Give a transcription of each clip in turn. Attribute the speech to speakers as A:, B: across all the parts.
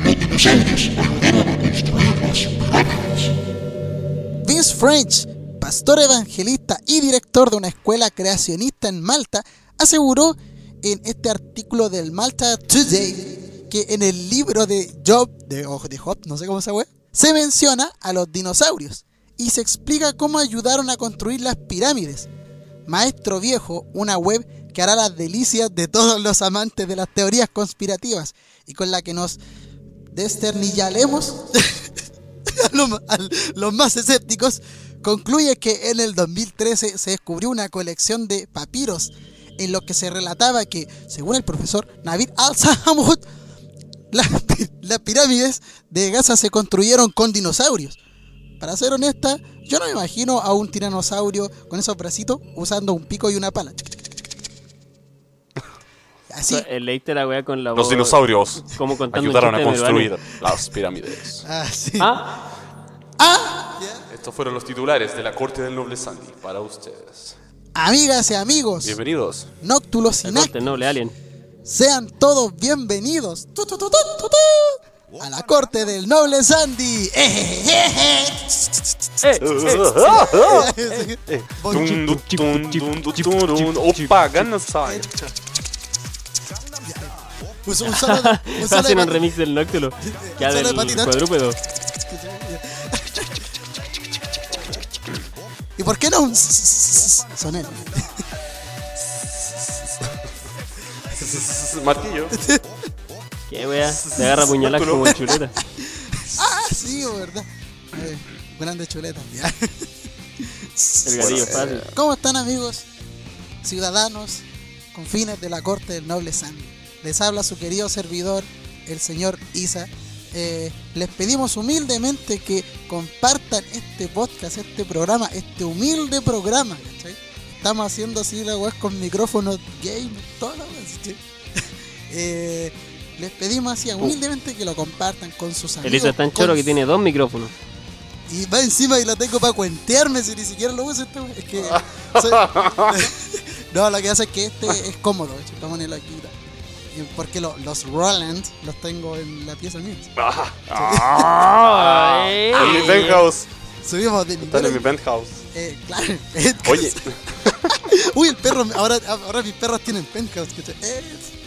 A: presentes ayudaron a construir las pirámides.
B: Vince French, pastor evangelista y director de una escuela creacionista en Malta, aseguró en este artículo del Malta Today que en el libro de Job, de, o de Job, no sé cómo se llama, se menciona a los dinosaurios y se explica cómo ayudaron a construir las pirámides. Maestro Viejo, una web que hará las delicias de todos los amantes de las teorías conspirativas y con la que nos desternillaremos a, los, a los más escépticos, concluye que en el 2013 se descubrió una colección de papiros en lo que se relataba que, según el profesor Navid Al-Sahamud, las, las, pirámides de Gaza se construyeron con dinosaurios. Para ser honesta, yo no me imagino a un tiranosaurio con esos bracitos usando un pico y una pala. Así.
C: eh, Leíste la wea con la
D: Los
C: voz-
D: dinosaurios
C: como contando un
D: ayudaron a
C: chiste
D: construir
C: peruano.
D: las pirámides.
B: Así.
C: Ah,
B: Ah,
D: Estos fueron los titulares de la corte del noble Sandy para ustedes.
B: Amigas y amigos,
D: Bienvenidos.
B: Noctulos y
C: el
B: Nac-
C: corte noble alien.
B: sean todos bienvenidos tu, tu, tu, tu, tu, tu, a la corte del noble Sandy. eh,
C: Eh,
B: eh,
D: Dun, dun, dun, dun, dun, dun, dun. Opa, ganasai.
B: Un solo- un solo de
C: hacen un
B: pati-
C: remix del Noctulo. Ya
B: Solo de
C: del
B: patita.
C: cuadrúpedo.
B: ¿Y por qué no un sonero?
D: Martillo.
C: Qué wea. Se agarra puñalas como chuleta.
B: Ah, sí, verdad. Eh, grande chuleta. ya.
C: El gatillo es fácil.
B: ¿Cómo están amigos, ciudadanos, confines de la corte del noble Sandy? Les habla su querido servidor, el señor Isa. Eh, les pedimos humildemente que compartan este podcast, este programa, este humilde programa. ¿cachai? Estamos haciendo así la web con micrófonos game, toda la wea, ¿cachai? Eh, les pedimos así humildemente que lo compartan con sus amigos.
C: El Isa Uh. es tan choro
B: con-
C: que tiene dos micrófonos.
B: y va encima y lo tengo para cuentearme si ni siquiera lo uso. Esto, es que. soy- no, lo que hace es que este es cómodo. hecho, Estamos en el aquí. mira. Y Porque lo- los Roland los tengo en la pieza mía.
D: Ah.
C: Ay.
D: En mi penthouse.
B: Subimos de
D: Están en mi
B: nivel.
D: penthouse.
B: Eh, claro.
D: Oye,
B: Uy, el perro, ahora, ahora mis perros tienen penthouse. ¿cachai? Eh, sí.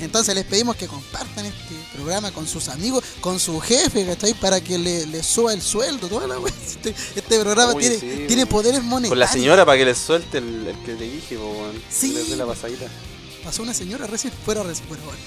B: Entonces les pedimos que compartan este programa con sus amigos, con su jefe, ¿cachai? Para que le, le suba el sueldo, toda la wea. Este, este programa
D: Uy,
B: tiene,
D: sí,
B: tiene
D: weón.
B: poderes monetarios.
D: con la señora para que le suelte el, el que le dije, po, weón. Que
B: Sí.
D: le dé la pasadita.
B: Pasó una señora recién fuera recién. Bueno, bueno.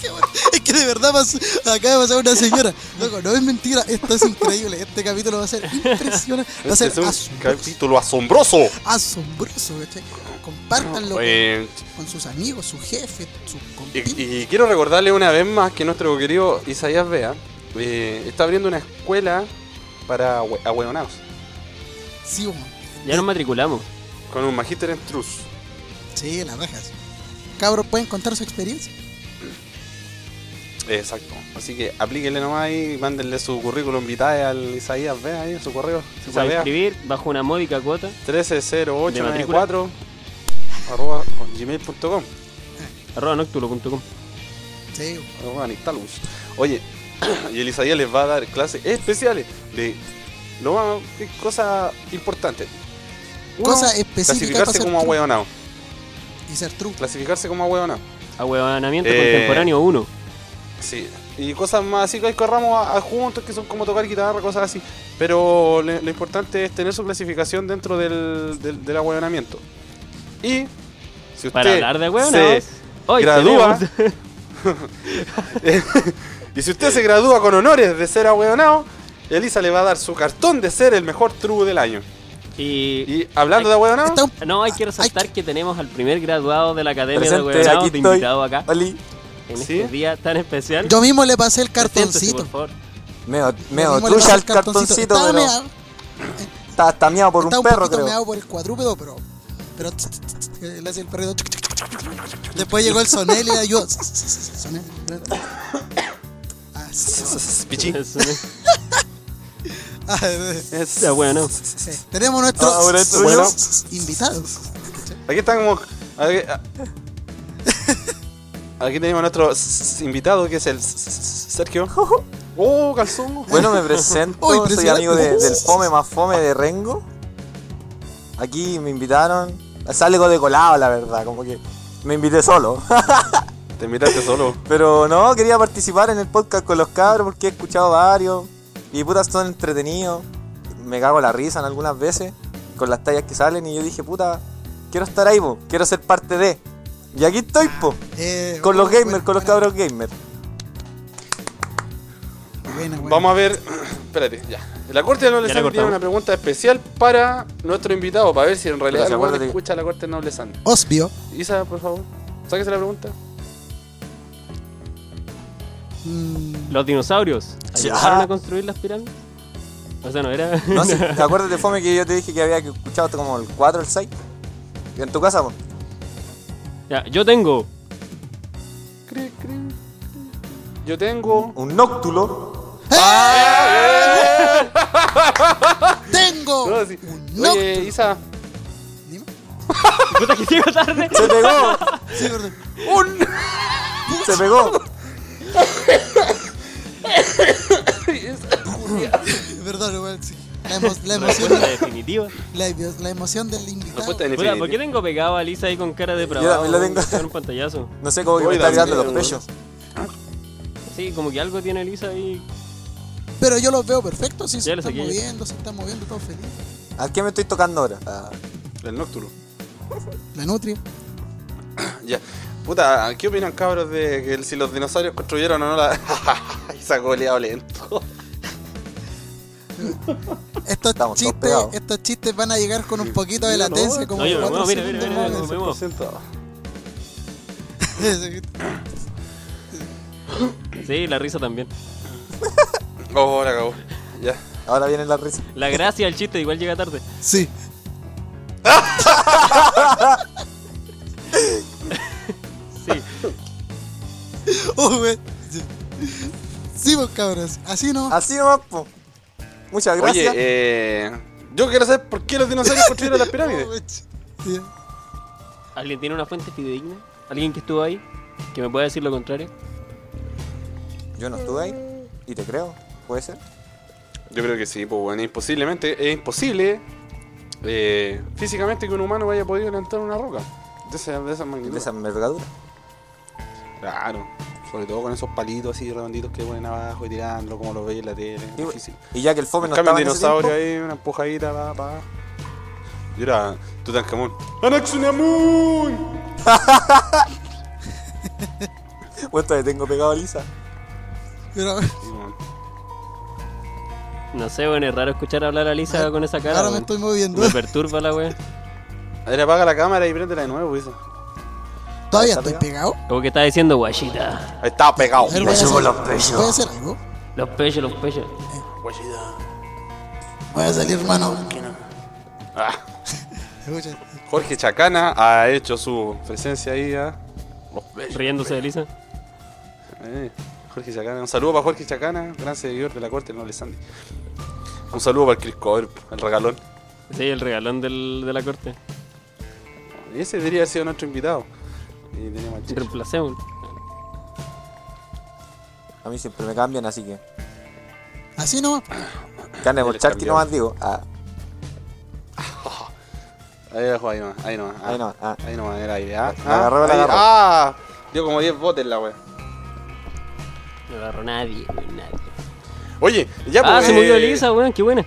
B: Qué bueno. Es que de verdad pasó- acaba de pasar una señora. Loco, no es mentira, esto es increíble. Este capítulo va a ser impresionante. Va a ser
D: Este es un
B: asombroso.
D: capítulo asombroso.
B: asombroso ¿cachai? Compártanlo
D: Oye,
B: con, con sus amigos, su jefe, su compinche.
D: Y, y quiero recordarle una vez más que nuestro querido Isaías Vea eh, está abriendo una escuela para hue- ahueonados
B: Sí, humo.
C: Ya nos matriculamos.
D: con un magíster en trus.
B: Sí, las bajas. Cabros, ¿pueden contar su experiencia?
D: Exacto. Así que aplíquenle nomás y mándenle su currículum vitae al Isaías Vea ahí, su correo.
C: Se puede inscribir bajo una módica cuota.
D: 130894 arroba gmail.com
C: Arroba noctulo.com.
B: Sí, humo.
D: arroba Anistalbus. Oye, y el Isaías les va a dar clases especiales de lo más, de cosas importantes. Uno,
B: Cosa específica para
D: Clasificarse
B: ser
D: como
B: true
D: ahueonado.
B: y ser true.
D: clasificarse como huevona.
C: Ahuevanamiento
D: Eh.
C: contemporáneo 1.
D: Sí. Y cosas más así que corramos a, a juntos, que son como tocar guitarra, cosas así. Pero le- lo importante es tener su clasificación dentro del, del, del ahueonamiento. Y si usted
C: Para hablar de
D: se
C: hueonados. Hoy
D: gradúa,
C: tenemos-
D: y si usted se gradúa con honores de ser ahueonado, Elisa le va a dar su cartón de ser el mejor true del año.
C: Y.
D: Y hablando de ahueonado,
B: Está un-
C: No, hay que resaltar que tenemos al primer graduado de la Academia de
D: Presente,
C: Huevonados
D: aquí
C: de
D: estoy.
C: invitado acá
E: Oli,
C: en
D: ¿Sí?
C: este día tan especial.
B: Yo mismo le pasé el
C: Preséntese,
B: cartoncito.
C: por favor.
E: meo,
B: Lo
E: meo
B: mismo le
E: trucha
B: pasa
E: el
B: al
E: cartoncito,
B: Estaba
E: pero
B: meado,
E: está, está miado por
B: estaba
E: un
B: un
E: perro,
B: poquito
E: creo.
B: meado por el cuadrúpedo, pero. Pero. tss, tss, tss, Le hace el perrito. Después llegó el sonel y le ayudó. Tss, tss, tss, Sonel. Ah, sí,
D: Pichín.
C: Eso es.
B: ah, eh,
D: Es-
C: Ya, bueno.
B: sí. Tenemos nuestro
E: Ah, ahora es tuyo.
B: bueno, invitado.
D: Aquí estamos. Aquí, a- ah, Aquí tenemos a nuestro s- s- invitado que es el s- s- Sergio. Oh, calzón.
E: Bueno, me presento,
B: Uy,
E: soy
B: impresionante.
E: amigo de- del fome más fome de Rengo. Aquí me invitaron. Salgo de colado, la verdad, como que me invité solo.
D: Te invitaste solo.
E: Pero no, quería participar en el podcast con los cabros porque he escuchado varios. Y putas son entretenidos. Me cago la risa en algunas veces con las tallas que salen. Y yo dije, puta, quiero estar ahí, po. quiero ser parte de. Y aquí estoy, po.
B: Eh,
E: Con los
B: bueno,
E: gamers, con los
B: bueno,
E: cabros gamers.
B: bueno, bueno.
D: Vamos a ver. Espérate, ya. La Corte de Noble
C: Ya la
D: Sand tiene
C: cortamos.
D: una pregunta especial para nuestro invitado, para ver si en realidad
E: Pero se
D: el weón
E: acuerda que-
D: escucha a la Corte de Noble Sand.
B: Osbio.
D: Isa, por favor, sáquese la pregunta.
B: Mm,
C: Los dinosaurios.
E: Ya.
C: ¿Ayudaron a construir las pirámides? O sea, no era.
E: No sé, acuérdate, Fome, que yo te dije que había que escuchado hasta como el 4 el 6. Y en tu casa, po.
C: Ya, yo tengo.
D: Cri, cri. Yo tengo.
E: un nóctulo.
B: Tengo
D: No, sí.
B: un
D: Oye,
B: nóctulo.
D: Isa.
B: Dime.
C: Puta que llego tarde.
E: Se pegó,
B: Sí, perdón.
E: se pegó.
B: Perdón, weón, sí. La, emo- la emoción,
C: Respuesta definitiva.
B: la, la emoción del invitado.
D: Respuesta en
C: Puta, ¿por qué
D: definitiva.
C: tengo pegado a Lisa ahí con cara de
E: Yo también la tengo.
C: un pantallazo.
E: No sé, como que me
D: Oye,
E: está tirando los
D: también,
E: pechos.
C: Sí, como que algo tiene Lisa ahí.
B: Pero yo los veo perfectos, sí, se
C: Ya lo
B: están
C: saqué.
B: moviendo, se están moviendo, todo feliz.
E: ¿A qué me estoy tocando ahora? Ah,
D: El Noctulo.
B: La nutria.
D: Ya. Puta, ¿qué opinan, cabros, de que si los dinosaurios construyeron o no la. Isa goleado lento.
B: Estos
E: Estamos todos
B: chistes,
E: pegados.
B: estos chistes van a llegar con un poquito de latencia, como
C: Oye,
B: cuatro
C: bueno, mira, mira,
B: segundos
C: mira,
B: más.
C: mira. Vemos. Sí, la risa también.
D: Oh, la cagó. Ya.
E: ahora viene la risa.
C: La gracia del chiste igual llega tarde.
B: Sí.
C: Sí.
B: Oh, güey. Sí. Sí, vos cabros, así no.
E: Así nomás, po. Muchas
D: Oye,
E: gracias.
D: eh. Yo quiero saber por qué los dinosaurios construyeron las
B: Oh,
D: pirámides.
B: güey. Sí.
C: ¿Alguien tiene una fuente fidedigna? ¿Alguien que estuvo ahí? ¿Que me pueda decir lo contrario?
E: Yo no estuve ahí. Y te creo. ¿Puede ser?
D: Yo creo que sí, pues bueno, imposiblemente, es imposible eh, físicamente que un humano haya podido levantar una roca. De esa, de esa magnitud.
E: De esa envergadura.
D: Claro. Sobre todo con esos palitos así redonditos que ponen abajo y tirándolo como lo veis en la tele.
E: Y,
D: es difícil.
E: y ya que el fome
D: Un
E: no
D: cambio
E: estaba
D: de
E: en ese
D: dinosaurio
E: tiempo,
D: ahí, una empujadita para para. Y era Tutankamón. ¡Anaxunamun!
E: pues todavía tengo pegado a Lisa.
B: Pero
D: Sí, bueno.
C: No sé, bueno, es raro escuchar hablar a Lisa con esa cara.
B: ahora me
C: weón.
B: estoy moviendo.
C: Me perturba la wea.
D: A ver, apaga la cámara y préndela de nuevo, dice.
B: Todavía
E: ¿Está
B: estoy pegado.
C: Como que está diciendo guachita.
D: Ahí estaba pegado.
B: A ver,
E: Me
B: voy a
E: subo
B: hacer-
E: los pechos.
B: Voy a hacer algo.
C: Los pechos, los pechos.
B: Voy a salir, hermano.
D: Ah,
B: Escucha.
D: Jorge Chacana ha hecho su presencia ahí. ah.
C: Riéndose de Lisa.
D: Eh, Jorge Chacana, un saludo para Jorge Chacana, gran seguidor de la corte del Noble Sandy. Un saludo para el Chris Cover, el regalón.
C: Sí, el regalón del, de la corte.
D: Y ese debería haber sido nuestro invitado. Y tenemos al Chicho.
C: Reemplacemos.
E: A mí siempre me cambian, así que.
B: Así nomás.
E: Carne por
D: Les
E: charqui
D: cambió.
E: nomás digo. Ah,
D: Ahí abajo, ahí nomás, ahí nomás. ah,
E: Ahí nomás, ah.
D: Ahí nomás, era aire. Ah,
E: La agarró,
D: ah,
E: la
D: ahí-
E: agarró.
D: Ah, dio como 10 botes la wea.
C: No agarró nadie, weón, nadie.
D: Oye, ya
C: Ah,
D: pues,
C: se movió
D: eh,
C: Lisa, weón, qué buena.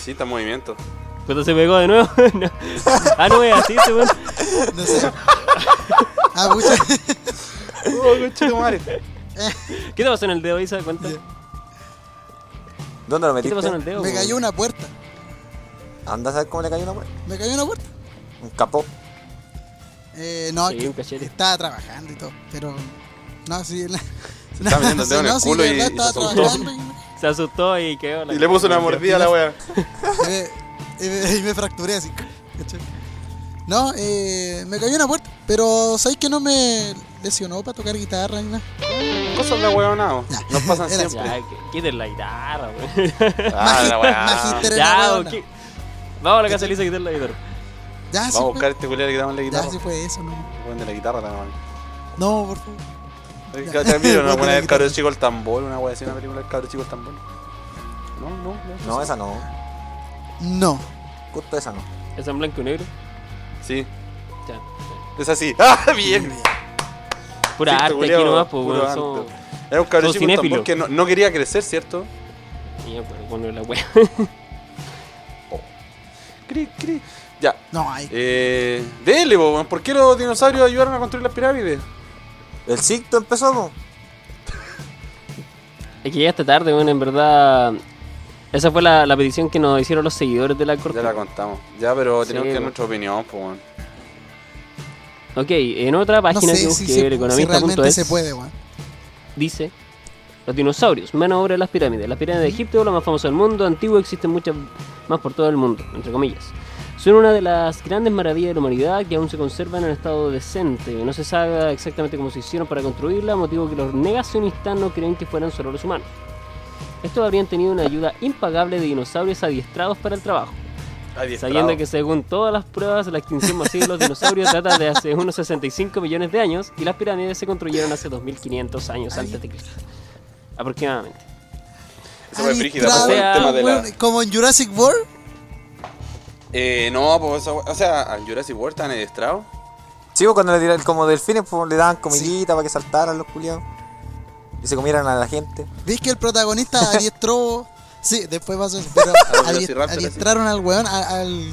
D: Sí, está en movimiento.
C: Cuando se pegó de nuevo. No. Ah, no es así, ese weón.
B: No sé. Ah, pucha.
D: Oh, conchito madre.
C: ¿Qué te pasó en el dedo, Isa? Cuenta.
E: ¿Dónde lo
C: ¿Qué te pasó en el
E: metiste?
C: dedo?
B: Me
C: weón?
B: cayó una puerta.
E: Anda a saber cómo le cayó una wea.
B: Me cayó una puerta.
E: Un capó.
B: Eh, no,
C: Sí,
B: que-
C: un cachete.
B: estaba trabajando y todo. Pero. No, sí. La... Se
D: está metiendo el dedo en el culo y- y se
B: estaba
D: asustó.
B: trabajando y me-
C: Se asustó y quedó la
D: Y le puso una mordida a la wea.
B: y me, y me- y me fracturé así. ¿cachai? No, eh, me cayó una puerta. Pero ¿sabes que no me lesionó para tocar guitarra? ni nada?
D: Cosas de weonado.
B: Ya.
D: Nos pasan
B: Era-
D: siempre.
C: Ya, que- quiten la guitarra, weón.
D: Ah, la wea.
B: Magister- Pero la
C: ya,
B: weona.
C: weón. ¿qué? Vamos a la casa de Lisa a quitar la guitarra.
B: Ya, sí.
D: Vamos a
B: fue-
D: buscar este culero que damos la
B: Ya,
D: guitarra.
B: sí fue eso, no.
D: Weón de la guitarra, está mal.
B: No, por favor.
D: También
B: Bota
D: una buena
B: la
D: del
B: guitarra.
D: cabrón chico el tambor, una wea así, una película del cabrón chico el tambor. No, no, no.
E: No,
D: sé.
E: esa no.
B: No.
E: Justo esa no.
C: ¿Es en blanco y negro?
D: Sí,
C: Ya.
D: es así. ¡Ah, bien!
C: Pura
D: Sí,
C: arte aquí
D: culiao,
C: nomás, pues,
D: puro
C: weón.
D: arte.
C: somos-
D: Era un cabrón
C: Sos
D: chico el tambor
C: cinéfilo.
D: que no, no quería crecer, ¿cierto?
C: Ya, pues, bueno, la wea.
D: Cri, cri. Ya.
B: No, hay.
D: Eh, dele, po, weón. ¿por qué los dinosaurios ayudaron a construir las pirámides?
E: El Sicto empezó, po.
C: Es que ya esta tarde, bueno, en verdad. Esa fue la, la petición que nos hicieron los seguidores de la corte.
D: Ya la contamos. Ya, pero
C: Sí,
D: tenemos que dar
C: weón.
D: nuestra opinión, pues, weón.
C: Ok, en otra
B: No
C: página
B: sé
C: que
B: si,
C: busqué,
B: se- si
C: el
B: realmente
C: economista.es,
B: se puede, weón.
C: dice: Los dinosaurios, mano obra de las pirámides. Las pirámides de Egipto, la más famosa del mundo, antigua, existen muchas más por todo el mundo, entre comillas. Son una de las grandes maravillas de la humanidad que aún se conservan en estado decente. No se sabe exactamente cómo se hicieron para construirla, motivo que los negacionistas no creen que fueran solo los humanos. Estos habrían tenido una ayuda impagable de dinosaurios adiestrados para el trabajo. Sabiendo que según todas las pruebas, la extinción masiva de los dinosaurios data de hace unos 65 millones de años y las pirámides se construyeron hace 2500 años antes de Cristo. Aproximadamente.
D: Esa fue frígida,
B: Adiestrado,
D: pues, por el
C: sea,
D: tema de la...
B: weón, Como en Jurassic World.
D: Eh, no, pues, esa wea- o sea, a Jurassic World están adiestrados.
E: Sí, po, cuando le tiraban como delfines, po, le daban comidita para que saltaran los culiados. Y se comieran a la gente.
B: ¿Veis que el protagonista adiestró? Sí, después pasó eso, pero
D: Al
B: adiest-
D: Velociraptor, así.
B: adiestraron al weón, a- al,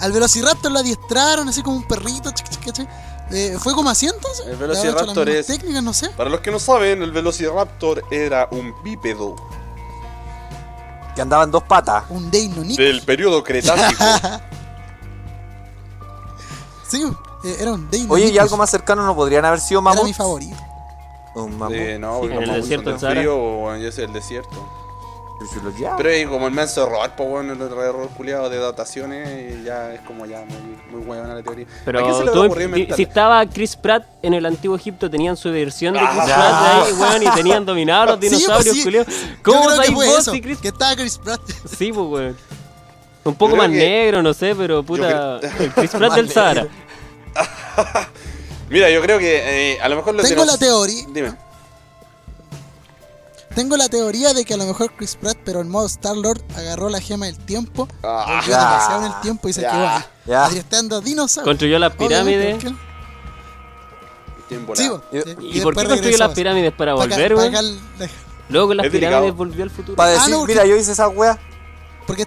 B: al Velociraptor lo adiestraron, así como un perrito, chic, chic, chic. Eh, ¿Fue como así entonces?
D: El
B: ¿Le habrán hecho las
D: Velociraptor
B: mismas
D: es-
B: técnicas, no sé.
D: Para los que no saben, el Velociraptor era un bípedo
E: Que andaban dos patas.
B: Un Deinonychus.
D: del periodo Cretácico.
B: Sí, eh, era un Deinonychus.
E: Oye, y algo más cercano no podrían haber sido
B: Era
E: mamuts.
B: mi favorito.
E: Un mamut.
D: Eh, no, porque
C: en el
D: los mamuts son
C: desierto
D: de
C: del Sahara.
D: frío, weón, yo soy el desierto.
E: Pero si los ya.
D: Pero es como el menso error, pues bueno, el error culiado de dataciones y ya es como ya muy, muy huevona la teoría. ¿A quién se
C: Pero
D: le
C: tú-
D: va a ocurrir
C: si-
D: inventar?
C: si estaba Chris Pratt en el antiguo Egipto, tenían su versión de
D: Ah,
C: Chris
D: ya.
C: Pratt ahí, weón, y tenían dominados los
B: Sí, pues,
C: dinosaurios,
B: sí.
C: culiao.
B: Yo
C: ¿Cómo
B: creo que
C: sabéis
B: fue
C: vos
B: eso,
C: si Chris
B: que estaba Chris Pratt.
C: Sí, pues, weón. Un poco
D: creo
C: más
D: que-
C: negro, no sé, pero puta. El Chris Pratt
E: Más
C: del
E: negro.
C: Sahara.
D: Mira, yo creo que eh, a lo mejor los
B: Tengo la
D: dinos-
B: teoría,
D: Dime.
B: tengo la teoría de que a lo mejor Chris Pratt, pero en modo Star-Lord, agarró la gema del tiempo,
D: Ah,
B: volvió
E: ya.
B: demasiado en el tiempo y se
D: Ya.
B: quedó ahí,
E: Ya.
B: adiestrando dinosaurios.
C: Construyó las pirámides.
B: Obviamente,
D: Estoy en
B: ¿por
D: volada.
B: qué? Sí, bo.
E: Y-
B: Sí,
C: ¿Y,
B: después
C: por qué construyó
B: regresó
C: las
B: así.
C: pirámides? ¿Para
B: Para
C: volver,
B: acá-
C: weón?
B: para acá el-
C: Luego con las
D: Es delicado.
C: pirámides volvió al futuro.
E: Para
B: Ah,
E: decir,
B: no, porque-
E: mira, yo hice esa wea.
B: Porque,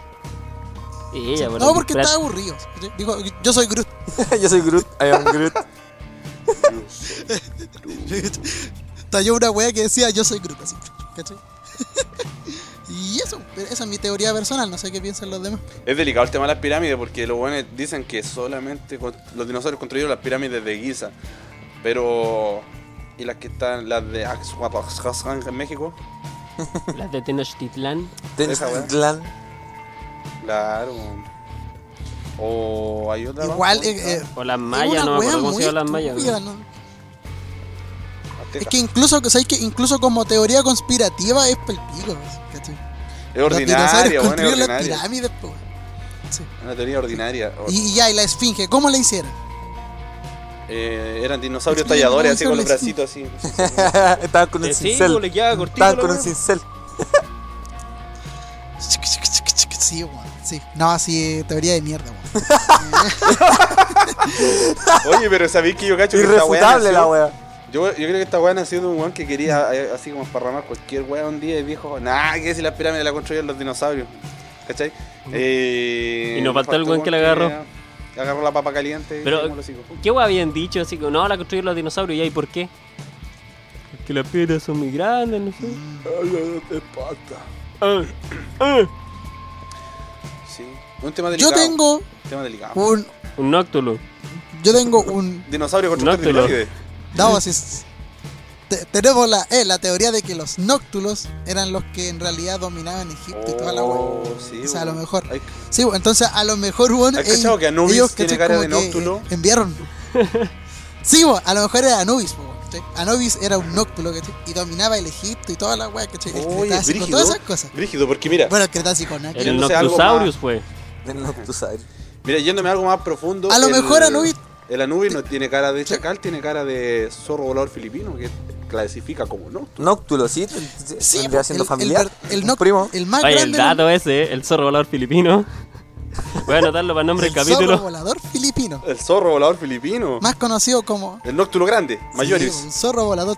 C: Sí, ya, bueno,
B: no, porque
C: Chris
B: estaba
C: Pratt-
B: aburrido. Dijo, yo soy Groot.
E: yo soy Groot. I am Groot.
B: Talló una wea que decía, yo soy Groot. Así, ¿cachai? y eso, pero esa es mi teoría personal. No sé qué piensan los demás.
D: Es delicado el tema de las pirámides porque los buenos dicen que solamente con- los dinosaurios construyeron las pirámides de Giza. Pero. ¿Y las que están, las de Axhuapazhazán en México?
C: Las de Tenochtitlán.
D: Esa wea.
E: Tenochtitlan.
D: Claro. O hay otra.
B: Igual,
D: más,
B: eh, eh,
C: O las
B: es
C: mayas,
B: una
C: no me
B: wea
C: acuerdo cómo se
B: muy
C: llaman las mayas.
B: estúpida,
C: weón.
B: ¿no?
D: Azteca.
B: Es que incluso, ¿sabes que Incluso como teoría conspirativa es pelpico. ¿cachai?
D: Es
B: Los
D: ordinaria,
B: dinosaurios
D: bueno, es
B: construyeron las
D: ordinaria.
B: pirámides, po, weón.
D: Una teoría ordinaria. O-
B: Y, y ya, y la esfinge, ¿cómo la hicieron?
D: eh, eran dinosaurios
B: Explica
D: talladores,
B: cómo
D: así con los
B: hicieron la
D: bracitos así.
E: Estaban con un
C: Eh, Sí, pues,
E: cincel.
C: le quedaba cortito.
E: Estaban
C: la
E: con un
C: weá.
E: cincel.
B: Sí, weón. Sí. No, así, teoría de mierda, weón.
D: Oye, pero sabéis que yo cacho que esta weá
E: Irrefutable
D: nació-
E: la wea.
D: Yo, yo creo que esta weá nació de un weón que quería eh, así como esparramar cualquier weá un día y dijo, nah, que si las pirámides las construyeron los dinosaurios. ¿Cachai? Eh,
C: Y nos faltó el weón que la agarró.
D: que Agarró la papa caliente y
C: Pero-
D: como lo sigo.
C: ¿Qué hueá habían dicho? Así que no, la construyeron los dinosaurios. ¿Y ahí por qué? Porque las piedras son muy grandes, no sé. Ah, ah.
D: Sí. Un tema
B: Yo
D: delicado.
B: tengo
D: Un tema delicado.
B: un.
C: Un nóctulo.
B: Yo tengo un.
D: Dinosaurio contra
C: Nóctulo.
D: pirámides.
B: No, así es- te- tenemos la, eh, la teoría de que los nóctulos eran los que en realidad dominaban Egipto y toda la
D: Oh,
B: wea.
D: sí,
B: O sea, a
D: weón.
B: lo mejor.
D: Ay,
B: Sí, bueno, entonces a lo mejor, bueno,
D: ¿Has cachado que Anubis tiene
B: ¿cachai?
D: cara
B: Como
D: de
B: que,
D: nóctulo?
B: eh, enviaron. sí, bueno, a lo mejor era Anubis, po, ¿cachai? Anubis era un nóctulo, ¿cachai? Y dominaba el Egipto y toda la wea, ¿cachai? El
D: Oye,
B: Cretácico,
D: brígido.
B: este, todas esas cosas.
D: Brígido, porque mira,
B: Bueno, el Cretácico, ¿no?
C: El
D: Yéndose a algo
C: Noctusaurus fue.
E: Tenochtitlan.
D: mira, yéndome a algo más profundo.
B: A lo
D: el-
B: mejor Anubis-
D: El Anubis no tiene cara de chacal, tiene cara de zorro volador filipino, que clasifica como no.
E: Nóctulo, sí,
B: Sí,
E: vendría
B: pues,
E: siendo
B: el-
E: familiar.
B: El, el, no-
E: Un primo.
B: el más
C: Oye, el
B: grande.
C: dato ese, ¿eh? el zorro volador filipino. Voy a anotarlo para el nombre
B: el
C: del
B: zorro
C: este capítulo.
B: volador filipino.
D: El zorro volador filipino.
B: Más conocido como.
D: El Noctulo Grande, mayores.
B: Sí, un zorro volador.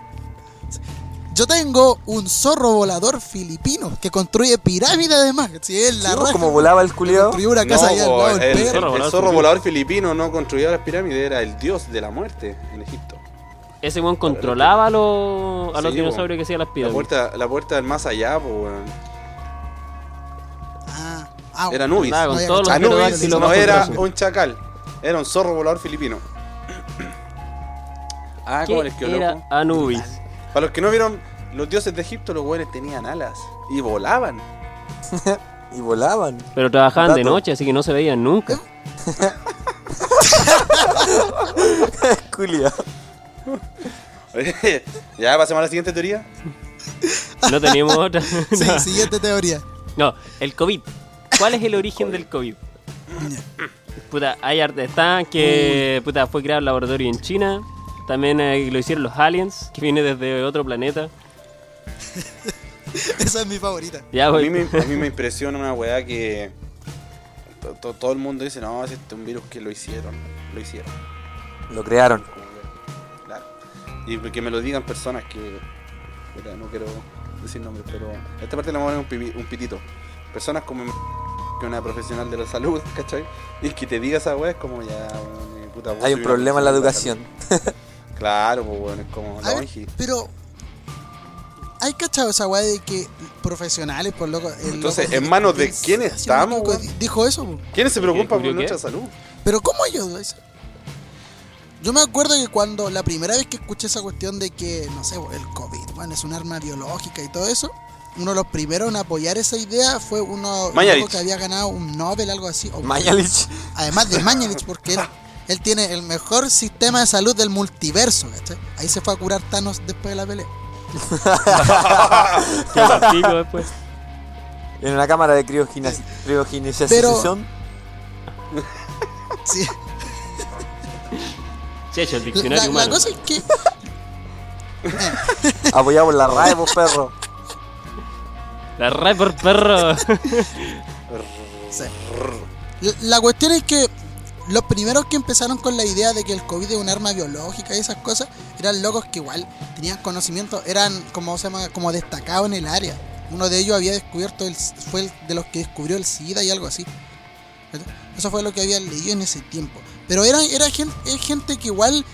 B: Yo tengo un zorro volador filipino que construye pirámides además. Si es la
E: Sí,
B: raja.
E: como volaba el culiao.
B: Construyó una casa
D: No,
B: allá al
D: po,
B: lado
D: el,
B: del
D: el- el
B: perro.
C: Zorro volador
D: zorro
C: filipino.
D: volador filipino no construía las pirámides, era el dios de la muerte en Egipto.
C: Ese weón controlaba a los, a los
D: Sí,
C: dinosaurios
D: weón.
C: que hacían las
D: La
C: piedras.
D: puerta, la puerta del más allá, po, weón.
B: Ah, ah,
D: Era Anubis.
C: Andaba
B: No,
C: con
B: ya
C: todos los
B: cachai.
D: Anubis
B: pterodáctilos
C: pterodáctilos
D: no
C: bajo el
D: era
C: brazo.
D: un chacal, era un zorro volador filipino. Ah, cómo les
C: ¿Qué
D: quedó
C: era
D: loco.
C: Anubis.
D: Para los que no vieron, los dioses de Egipto, los güeyes tenían alas y volaban.
E: Y volaban.
C: Pero trabajaban de
E: Dato.
C: noche, así que no se veían nunca.
E: Culiao.
D: Oye, ya pasemos a la siguiente teoría.
C: No teníamos otra.
B: Sí,
C: No.
B: siguiente teoría.
C: No, el COVID. ¿Cuál es el origen del COVID? Puta, hay arte. Están que puta, fue creado el laboratorio en China. También eh, lo hicieron los aliens, que viene desde otro planeta.
B: Esa es mi favorita.
C: Ya,
E: Ah,
D: A
C: voy.
D: mí me, a mí me impresiona una weá que to- to- todo el mundo dice, no, es este un virus que lo hicieron, lo hicieron.
E: Lo crearon.
D: Como que, claro. Y que me lo digan personas que. puta, no quiero decir nombres, pero. a Esta parte le vamos a poner un, pibi- un pitito. Personas como. mi- que una profesional de la salud, ¿cachai? Y que te diga esa weá es como ya. weón, eh, puta, vos
E: Hay
D: soy
E: un
D: una
E: problema en la
D: profesional de
E: educación.
D: salud. Claro, pues bueno, es como
B: A
D: la
B: ver,
D: ONG.
B: pero. ¿Hay cachado esa weá de que profesionales, por loco. el
D: Entonces,
B: loco
D: ¿en manos de
B: Bill
D: quién
B: Gates, si
D: estamos,
B: no me equivoco,
D: weón?
B: Dijo eso, po.
D: ¿Quiénes se preocupan por
C: ¿Qué?
D: nuestra salud?
B: Pero ¿cómo ellos lo dicen? Yo me acuerdo que cuando la primera vez que escuché esa cuestión de que, no sé, el COVID, bueno, es un arma biológica y todo eso, uno de los primeros en apoyar esa idea fue uno un
D: Mañalich.
B: loco que había ganado un Nobel, algo así. o-
E: Mañalich.
B: Además de Mañalich, porque él, él tiene el mejor sistema de salud del multiverso, ¿cachai? Ahí se fue a curar Thanos después de la pelea.
C: Qué guapico después.
E: En una cámara de criogina- criogenización.
B: Sí.
C: Se ha hecho el
B: La,
C: diccionario
B: la
C: humano.
B: cosa es que
E: Apoyado por la RAE, vos perro.
C: La RAE por perro.
B: Sí. La, la cuestión es que los primeros que empezaron con la idea de que el COVID es un arma biológica y esas cosas eran locos que igual tenían conocimiento, eran como se llama, como destacados en el área. Uno de ellos había descubierto el, fue el de los que descubrió el SIDA y algo así. ¿Verdad? Eso fue lo que había leído en ese tiempo. Pero eran, era gente, es gente que igual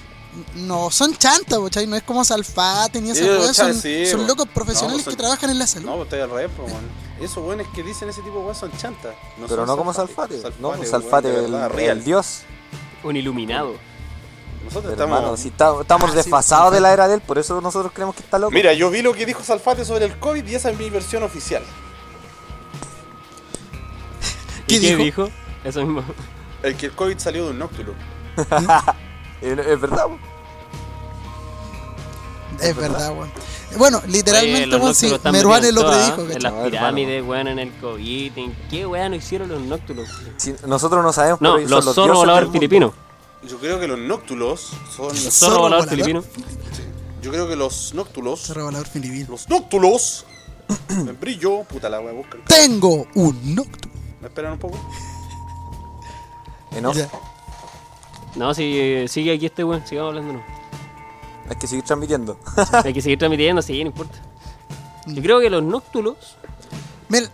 B: no son chantas, ¿cachai? No es como Salfate ni esas
D: Ellos,
B: cosas. Son,
D: sí,
B: son
D: bo.
B: locos
D: No,
B: profesionales
D: pues son-
B: que trabajan en la salud.
D: No, pues estoy al revés, pues, weón. Esos weones que dicen ese tipo de weas son chantas.
E: Pero
D: son
E: no como Salfate. No, pues
D: weón,
E: Salfate,
D: de
E: el,
D: verdad,
E: el
D: real.
E: dios.
C: Un iluminado.
D: Nosotros estamos.
E: Hermano, si ta- estamos
B: Ah, sí,
E: desfasados
B: Salfate.
E: de la era de él, por eso nosotros creemos que está loco.
D: Mira, yo vi lo que dijo Salfate sobre el COVID y esa es mi versión oficial.
C: ¿Y
B: ¿Qué
C: qué
B: dijo?
C: dijo? Eso mismo.
D: El que el COVID salió de un nóctulo.
E: Es, es verdad. vos.
B: Es verdad, weón. Bueno, literalmente,
C: Oye, los
B: weón, sí,
C: nóctulos están
B: Meruane
C: metidos
B: lo
C: en todas,
B: predijo,
C: ¿eh?
B: ¿cachai?
C: En las
E: No,
C: pirámides, weón, en el COVID. ¿En qué weón no hicieron los nóctulos?
E: Si nosotros no sabemos,
C: No,
E: pero ellos son
C: los zorros
E: dioses
C: voladores
E: del mundo.
C: filipinos.
D: Yo creo que los nóctulos son.
C: Los
B: Zorro
C: zorros voladores
B: volador.
C: filipinos.
D: Yo creo que los nóctulos.
B: Zorro volador filipino.
D: Los nóctulos. en brillo. Puta la wea, buscan.
B: Tengo un nocturno.
D: ¿Me esperan un poco?
E: Eh, no,
B: Ya.
C: No, si sigue aquí este weón, sigamos hablando. No.
E: hay que seguir transmitiendo.
C: Hay que seguir transmitiendo, sí, no importa. Yo creo que los nóctulos
B: Mira,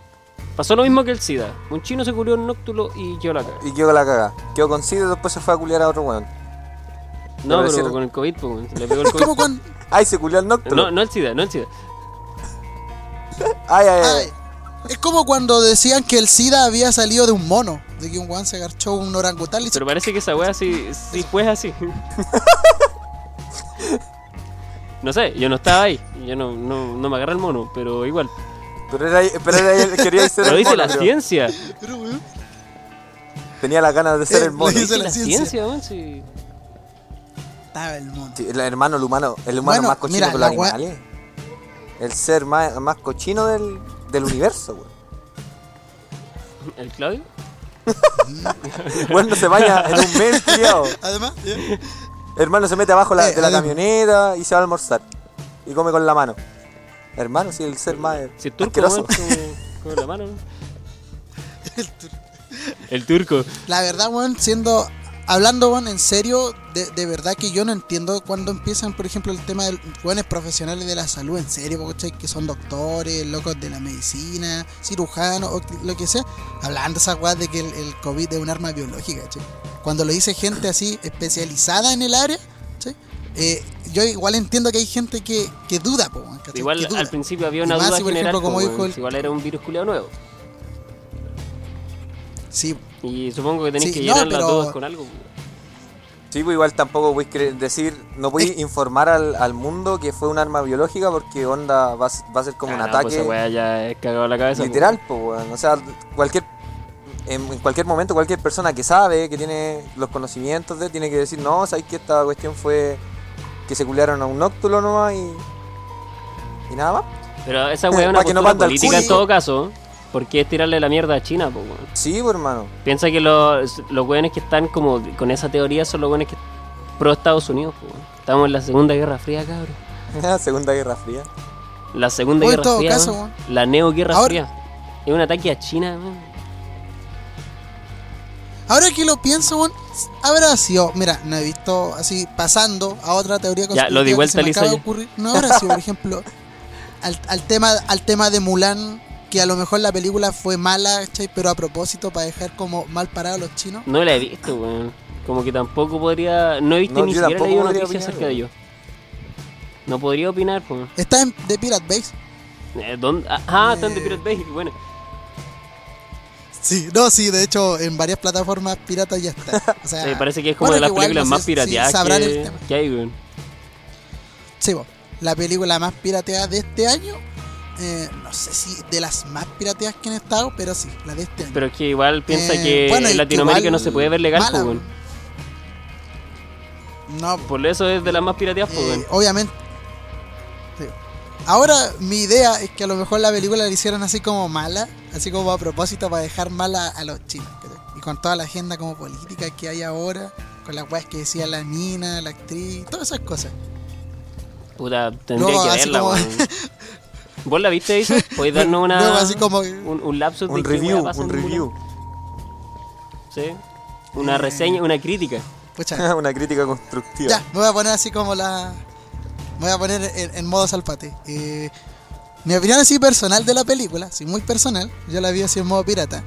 C: pasó lo mismo que el SIDA. Un chino se curió un nóctulo y quedó la cara.
E: y quedó la caga. Quedó con SIDA y después se fue a culiar a otro weón.
C: No,
E: Pero
C: pero
E: decir-
C: con el COVID, pues, weón, le pegó el
B: es como
C: COVID.
B: cuando.
E: Ay, se culió al Noctulo.
C: No, no el SIDA, no el SIDA.
E: Ay,
B: ay,
E: ay, ay.
B: es como cuando decían que el SIDA había salido de un mono. De que un guan se agarchó un orangután y se-
C: Pero parece que esa weá sí, sí fue así. No sé, yo no estaba ahí. Yo no, no, no me agarré el mono, pero igual.
E: Pero era, pero era él, quería ser
C: Lo
E: el
C: dice
E: mono.
C: la
E: creo.
C: ciencia.
B: Pero, weón,
E: Tenía las ganas de ser
B: Eh,
E: el mono.
B: lo dice
C: Dice
B: la
C: la
B: ciencia.
C: ciencia, weón. sí.
B: estaba el mono.
E: Sí, el hermano, el humano, el humano
B: Bueno,
E: más cochino
B: mira,
E: que los
B: la gua-
E: animales. El ser más, más cochino del, del universo, weón.
C: ¿El Claudio?
E: Weón no se baña en un mes, criado.
B: Además, eh,
E: Hermano se mete abajo la-
B: Eh,
E: de la
B: además.
E: camioneta y se va a almorzar. y come con la mano. Hermano, si el ser más
C: Eh, Si el turco
E: asqueroso.
C: weón, como- como la mano. El turco.
B: La verdad, weón, siendo. Hablando, weón, en serio, de, de verdad que yo no entiendo cuando empiezan, por ejemplo, el tema de weones profesionales de la salud, en serio, po, ¿cachai? Que son doctores, locos de la medicina, cirujanos, o que- lo que sea, hablando esa weá de que el, el COVID es un arma biológica, ¿cachai? Cuando lo dice gente así especializada en el área, ¿cachai? Eh, yo igual entiendo que hay gente que, que duda, po, weón, ¿cachai?
C: Igual
B: Que duda.
C: al principio había
B: Y
C: una
B: más
C: duda
B: si, por
C: general.
B: ejemplo, como
C: pues,
B: dijo
C: weón,
B: el-
C: si Igual era un virus culiado nuevo.
B: Sí,
C: Y supongo que tenéis
B: Sí,
C: que
B: no,
C: llenar las
B: pero-
C: dudas con algo. weón.
E: Sí, pues igual tampoco voy a cre- decir, no voy a informar al, al mundo que fue un arma biológica porque onda va, a s- va a ser como
C: Ah,
E: un
C: no, pues
E: ataque
C: esa weá ya es cagado la cabeza.
E: literal, pues, weón. O sea, cualquier, en, en cualquier momento, cualquier persona que sabe, que tiene los conocimientos de, tiene que decir, no, sabéis que esta cuestión fue que se culearon a un nóctulo nomás y, y nada más.
C: weón. Pero esa weá es una
E: Pa' que no
C: postura
E: manda al
C: política en
E: culo.
C: todo caso. Porque es tirarle la mierda a China, pues, weón.
E: Sí, pues, hermano.
C: Piensa que los, los weones que están como con esa teoría son los weones que pro Estados Unidos, pues, weón. Estamos en la Segunda Guerra Fría, cabrón.
E: Segunda Guerra Fría.
C: La Segunda
B: O en
C: Guerra
B: todo
C: Fría,
B: caso,
C: weón.
B: weón.
C: la Neo Guerra
B: Ahora-
C: Fría. Es un ataque a China, weón.
B: Ahora que lo pienso, weón, habrá sido. Mira, no he visto así pasando a otra teoría
C: Ya, lo di
B: que
C: vuelta,
B: se me
C: Lisa,
B: acaba de
C: ya.
B: ocurrir. No habrá sido, por ejemplo, al, al tema, al tema de Mulan, que a lo mejor la película fue mala, ¿cachai? pero a propósito para dejar como mal parados a los chinos.
C: No la he visto, weón. Como que tampoco podría. No he visto
E: No,
C: ni
E: yo
C: siquiera
E: tampoco
C: leído
E: podría
C: noticias acerca
E: opinar,
C: de ello. No podría opinar, pues.
B: Está en The Pirate Base.
C: Eh, ¿Dónde? Ajá, están de Pirate Bay, bueno.
B: ah. Sí, no, sí, de hecho, en varias plataformas piratas ya está. O sea,
C: Eh, parece que es como
B: bueno,
C: de las
B: que igual
C: películas
B: no
C: más
B: sé si
C: pirateadas
B: sabrán el
C: que,
B: tema.
C: que hay, weón.
B: Sí, po. la película más pirateada de este año. eh, no sé si de las más pirateadas que han estado, pero sí, la de este año.
C: Pero es que igual piensa
B: Eh,
C: que
B: bueno, y
C: en
B: que
C: Latinoamérica
B: igual
C: no se puede ver legal, pues,
B: mala,
C: weón.
B: no, po.
C: Por eso es de las más pirateadas, pues,
B: Eh,
C: weón.
B: obviamente. Sí. Ahora mi idea es que a lo mejor la película la hicieron así como mala, así como a propósito para dejar mala a los chinos. ¿cachai? Y con toda la agenda como política que hay ahora, con las weas que decía la mina, la actriz, todas esas cosas.
C: Puta, tendría
B: Luego,
C: que
B: así
C: verla,
B: como-
C: weón. ¿Vos la viste, Isa? ¿Podéis darnos una,
B: Luego así como...
C: un, un lapsus de
E: Un
C: qué weá
E: review,
C: pasa
E: un
C: en Mulan?
E: review.
C: Sí.
B: Eh,
C: Una reseña, una crítica.
B: Pucha,
E: Una crítica constructiva.
B: ya, me voy a poner así como la... Me voy a poner en, en modo salpate. Eh, mi opinión así personal de la película, sí, muy personal, yo la vi así en modo pirata.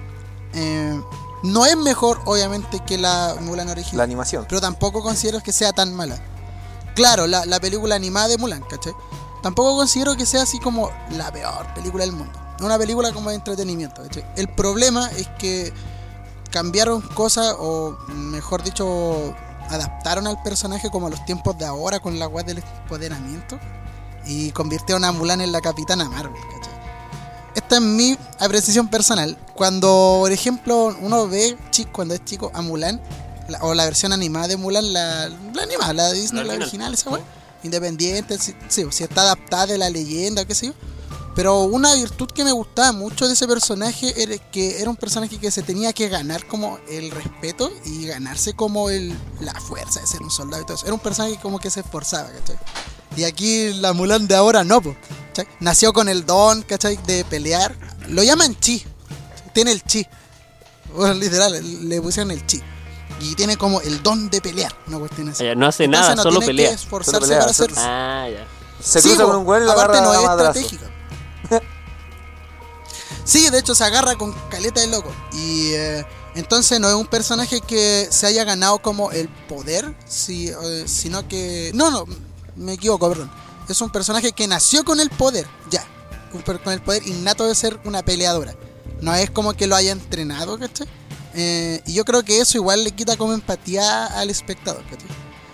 B: Eh, no es mejor, obviamente, que la Mulan original.
E: La animación.
B: pero tampoco considero que sea tan mala. Claro, la, la película animada de Mulan, ¿cachai? Tampoco considero que sea así como la peor película del mundo. Es una película como de entretenimiento, ¿cachai? El problema es que cambiaron cosas, o mejor dicho, adaptaron al personaje como a los tiempos de ahora con la guay del empoderamiento y convirtieron a Mulan en la capitana Marvel, ¿cachai? Esta es mi apreciación personal. Cuando, por ejemplo, uno ve chico, cuando es chico a Mulan, la- o la versión animada de Mulan, la, la animada, la de Disney,
C: La
B: la, original,
C: original.
B: esa weá, independiente, si, sí, si está adaptada de la leyenda, qué sé yo. Pero una virtud que me gustaba mucho de ese personaje era que era un personaje que se tenía que ganar como el respeto y ganarse como el, la fuerza de ser un soldado y todo eso. Era un personaje como que se esforzaba, ¿cachai? Y aquí la Mulan de ahora no, po, ¿cachai? Nació con el don, ¿cachai? De pelear. Lo llaman chi. Tiene el chi. Bueno, literal, le pusieron el chi. Y tiene como el don de pelear, una cuestión así.
C: O sea, no hace
B: Entonces
C: nada,
B: no
C: solo
B: tiene
C: pelea.
B: que esforzarse
E: Solo pelea,
B: para ser...
E: solo-
C: Ah, ya.
E: Se
B: Sí,
E: cruza
B: po,
E: con un güey y la
B: aparte
E: agarra
B: no
E: a
B: es
E: madrazo.
B: estratégica. Sí, de hecho se agarra con caleta de loco. Y eh, entonces no es un personaje que se haya ganado como el poder, si, eh, sino que... No, no, me equivoco, perdón. Es un personaje que nació con el poder, ya. Un per- Con el poder innato de ser una peleadora. No es como que lo haya entrenado, ¿cachai? Eh, y yo creo que eso igual le quita como empatía al espectador, ¿cachai?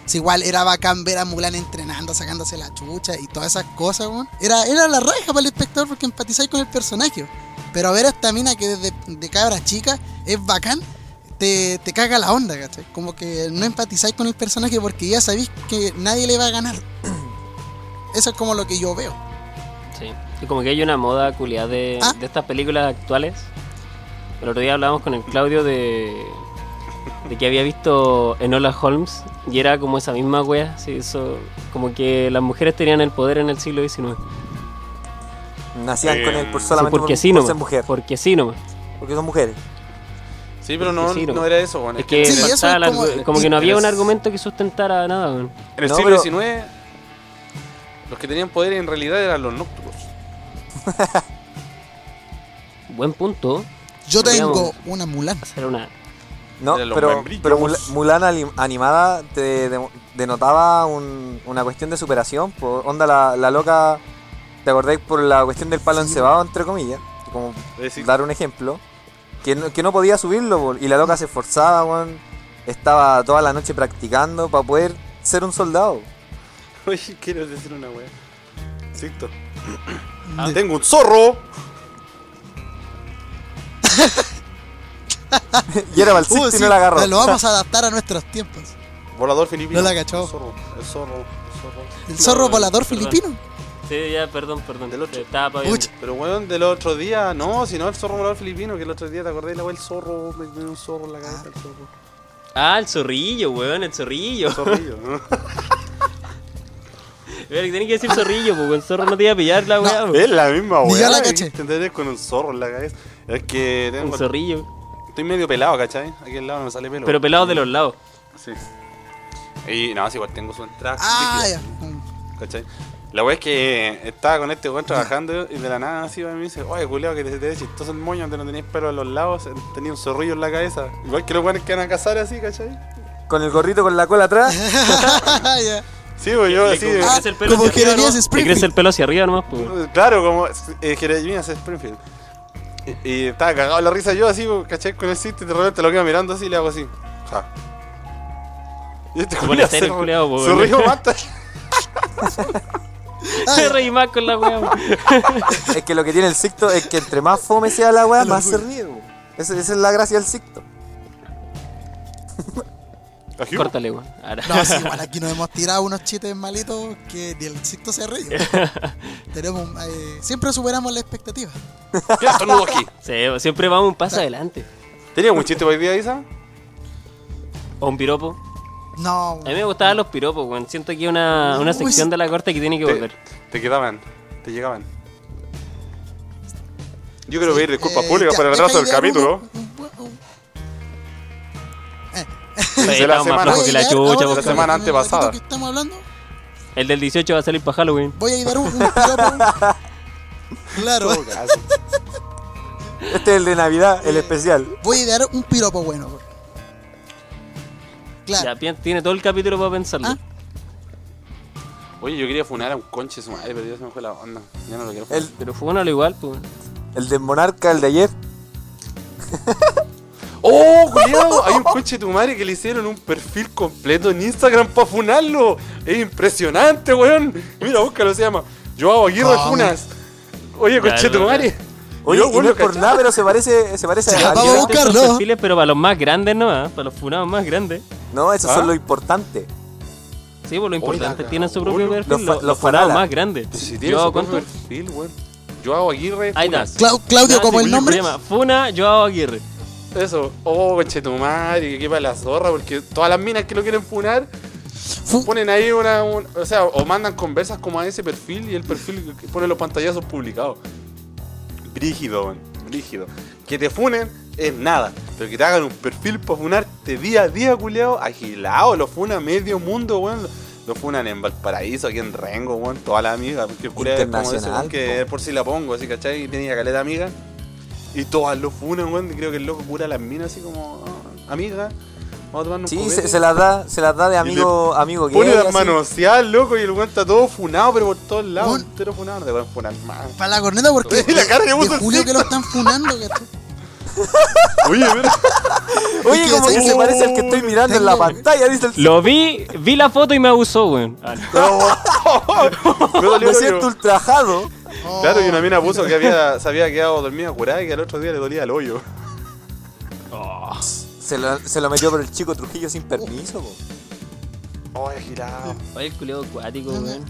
B: Si igual era bacán ver a Mulan entrenando, sacándose la chucha y todas esas cosas, weón. Era, era la raja para el espectador porque empatizáis con el personaje. Pero ver a esta mina que desde de cabra chica es bacán, te, te caga la onda, ¿cachai? Como que no empatizáis con el personaje porque ya sabéis que nadie le va a ganar. Eso es como lo que yo veo.
C: Sí. Y como que hay una moda culiada de,
B: Ah.
C: de estas películas actuales. El otro día hablábamos con el Claudio de. de que había visto Enola Holmes y era como esa misma wea, así, eso, como que las mujeres tenían el poder en el siglo XIX.
E: Nacían con él por solamente
C: porque
E: por,
C: Eh, sí
E: por
C: nomás,
E: ser mujer.
C: Porque sí nomás.
E: Porque son mujeres.
D: Sí, pero no,
C: Sí, sí, no.
D: no era eso, weón.
C: Es que
B: Sí,
C: faltaba
B: eso es
C: el argu-
B: como-
C: como, que no había un
D: es-
C: argumento que sustentara nada, weón.
D: En el
E: No,
D: siglo
E: pero-
D: XIX, los que tenían poder en realidad eran los nóctulos.
C: Buen punto.
B: Yo tengo
C: Digamos.
B: una Mulan.
C: Hacer una.
E: No,
D: Eran los
E: pero,
D: membrillos.
E: pero Mul- Mulan ali- animada te de- denotaba un- una cuestión de superación. po. onda, la, la loca, ¿te acordáis por la cuestión del palo encebado, entre comillas? Como
D: Es decir,
E: dar un ejemplo. Que no, que no podía subirlo, po, y la loca se esforzaba, weón. Estaba toda la noche practicando para poder ser un soldado.
D: oye, quiero decir una weá. Siento.
B: Ah.
D: Tengo un zorro.
E: y era Balsic
B: Uh,
E: y
B: sí,
E: no la agarró.
B: Lo vamos a adaptar a nuestros tiempos.
D: Volador filipino.
B: No la cachó.
D: El zorro. El zorro. El zorro.
B: El zorro
C: No,
B: volador
C: perdón.
B: filipino.
C: Sí, ya, perdón, perdón.
D: Del otro.
C: Estaba pa'
B: Pucha.
D: Pero weón, del otro día, no, si no el zorro volador filipino, que el otro día te acordás la weá, el zorro, me dio un zorro en la cabeza, el zorro.
C: Ah, el zorrillo, weón, el
B: Ah.
C: zorrillo.
D: Zorrillo, ¿no?
C: Weón, Tenés que decir zorrillo, porque el zorro no te iba a pillar la weá, weón.
D: Es la misma
B: Ni
D: weá.
B: yo la
D: ¿eh?
B: caché.
D: Te entendés con un zorro en la cabeza. Es que
C: Un
D: tengo,
C: zorrillo.
D: estoy medio pelado, ¿cachai? Aquí al lado no me sale pelo.
C: Pero pelado de los lados.
D: Sí. Y no, sí, igual tengo su entrada.
B: Ah,
D: líquida,
B: ya. Mm.
D: ¿Cachai? La weá es que estaba con este weón trabajando y de la nada así va y me dice, oye culiao que te, te ves chistoso el moño, donde no tenías pelo a los lados, tenía un zorrillo en la cabeza. Igual que los weones que van a cazar así, ¿cachai?
E: Con el gorrito con la cola atrás.
B: Ah, Ya.
D: Sí, pues yo
C: Le-
D: así.
C: le
D: eh,
B: Ah,
C: crece el pelo
B: como
C: hacia arriba
B: Jeremías
C: nomás. Le
B: Springfield.
C: crece el pelo hacia arriba nomás, pues. weón.
D: Claro, como eh, Jeremías Springfield. Y, y estaba cagado la risa yo así, ¿cachai? Con el chiste, de repente lo quedo mirando así y le hago así. Ja. Y este
C: Se pone
D: culiao
C: serio el culiao, po,
D: se
C: weón.
D: rió mata.
B: Ah, eh.
C: Se reí más con la weá, weón.
E: es que lo que tiene el sicto es que entre más fome sea la weá, más se ríe. weón. Esa, esa es la gracia del sicto.
D: Ajú.
C: Córtale, weón. Ahora.
B: No, sí, igual aquí nos hemos tirado unos chistes malitos que ni el sexto se ríe. Tenemos, eh, siempre superamos la expectativa.
D: Mira, estornudo aquí.
C: Sí, siempre vamos un
B: Ah.
C: paso adelante.
D: ¿Tenía un chiste hoy día, Isa?
C: O un piropo.
B: No,
C: A
D: Eh,
C: mí me gustaban los piropos, weón. Siento que es una, una
B: Uy,
C: sección
B: sí.
C: de la corte que tiene que
D: Te,
C: volver.
D: te quedaban, te llegaban. Yo quiero pedir disculpas
B: eh,
D: públicas
B: ya,
D: por el
B: deja
D: retraso del
B: idear
D: capítulo.
B: uno, un- un- un-
C: Sí,
D: de Ah, la
C: estamos más
D: semana.
C: flojos que la
B: Voy a
C: chucha,
B: idear ahora
C: weón.
D: La semana
B: con el ratito
D: antepasada.
B: que estamos hablando?
C: El del 18 va a salir para Halloween.
B: Voy a idear un, un piropo. Claro,
E: Este es el de Navidad, el especial.
B: voy a idear un piropo bueno. weón. Claro.
C: Ya pi- tiene todo el capítulo para pensarlo.
B: Ah.
D: Oye, yo quería funar a un conche su madre, pero ya se me fue la onda. Ya no lo quiero funar.
E: El,
C: Pero fue uno lo igual, pues.
E: el del monarca, el de ayer.
D: ¡Oh, culiao! Hay un conche de tu madre que le hicieron un perfil completo en Instagram para funarlo. Es impresionante, weón. Mira, búscalo, se llama. Yo hago Aguirre
B: ¿Cómo?
D: Funas. Oye,
C: Ya,
D: conche tu
C: lo-
D: madre.
E: Oye,
D: Yo,
E: y
D: weón,
E: no
D: lo
E: es por
D: cachaba.
E: nada, pero se parece, se parece
B: Se
E: a
B: la
E: ayer.
B: Vamos a
C: Gigante esos
B: buscarlo.
C: perfiles, pero para los más grandes no, ¿ah? para los funados más grandes.
E: No, eso
D: ¿Ah?
E: son lo importante.
C: Sí, pues lo importante,
D: Oiga,
C: tienen su propio
D: cabrón.
C: perfil.
E: Los
C: Los,
E: fa-
C: los,
E: los
C: funados
E: fanala.
C: más grandes.
D: Si tiene
C: yo
D: su
C: cuánto.
D: propio perfil, weón. Yo hago Aguirre
C: Ahí está.
D: Funas.
B: Clau- Claudio, como el
C: Se
B: nombre.
C: llama Funa Joao Aguirre.
D: Eso. Oh, conche tu madre, que para la zorra, porque todas las minas que lo quieren funar
B: fu-
D: ponen ahí una, un- o sea, o mandan conversas como a ese perfil y el perfil que pone los pantallazos publicados. Brígido, weón, brígido. Que te funen es nada, pero que te hagan un perfil para funarte día a día, culeado, agilado, lo funa medio mundo, weón. Lo funan en Valparaíso, aquí en Rengo, weón, toda la amiga, porque el culeado es como de ese, weón,
E: Internacional,
D: que por si la pongo, así, ¿cachai? Y tenía caleta amiga. Y todas lo funan, weón, y creo que el loco cura a las minas así como, "Ah, amiga, vamos a tomarnos un
E: Sí, se,
D: copete".
E: se las da, se las da de amigo, amigo gay.
D: eh. Pone las
E: así.
D: manoseadas, loco, y el weón está todo funado, pero por todos lados.
B: Weón.
D: Entero funado, no te pueden funar más.
B: Para la corneta porque
D: Oye, la cara que
B: de
D: puso el
B: Julio que
D: Sixto.
B: lo están funando, ¿cachai?
D: Oye, pero.
E: Oye,
B: Es
E: como
B: que
E: que se
B: tengo-
E: parece al que estoy mirando en la
B: tengo-
E: pantalla, dice el
C: Lo vi, vi la foto y me abusó, weón. Ah, no.
D: Me dolió,
E: Me siento
D: pero-
E: ultrajado.
B: Oh,
D: Claro, y una mina puso que había, se había quedado dormida curada y que al otro día le dolía el hoyo.
E: Se lo, se lo metió por el chico Trujillo sin permiso, po.
D: Oye, girado.
C: Oye, el culeo acuático,
B: Una-
C: weón.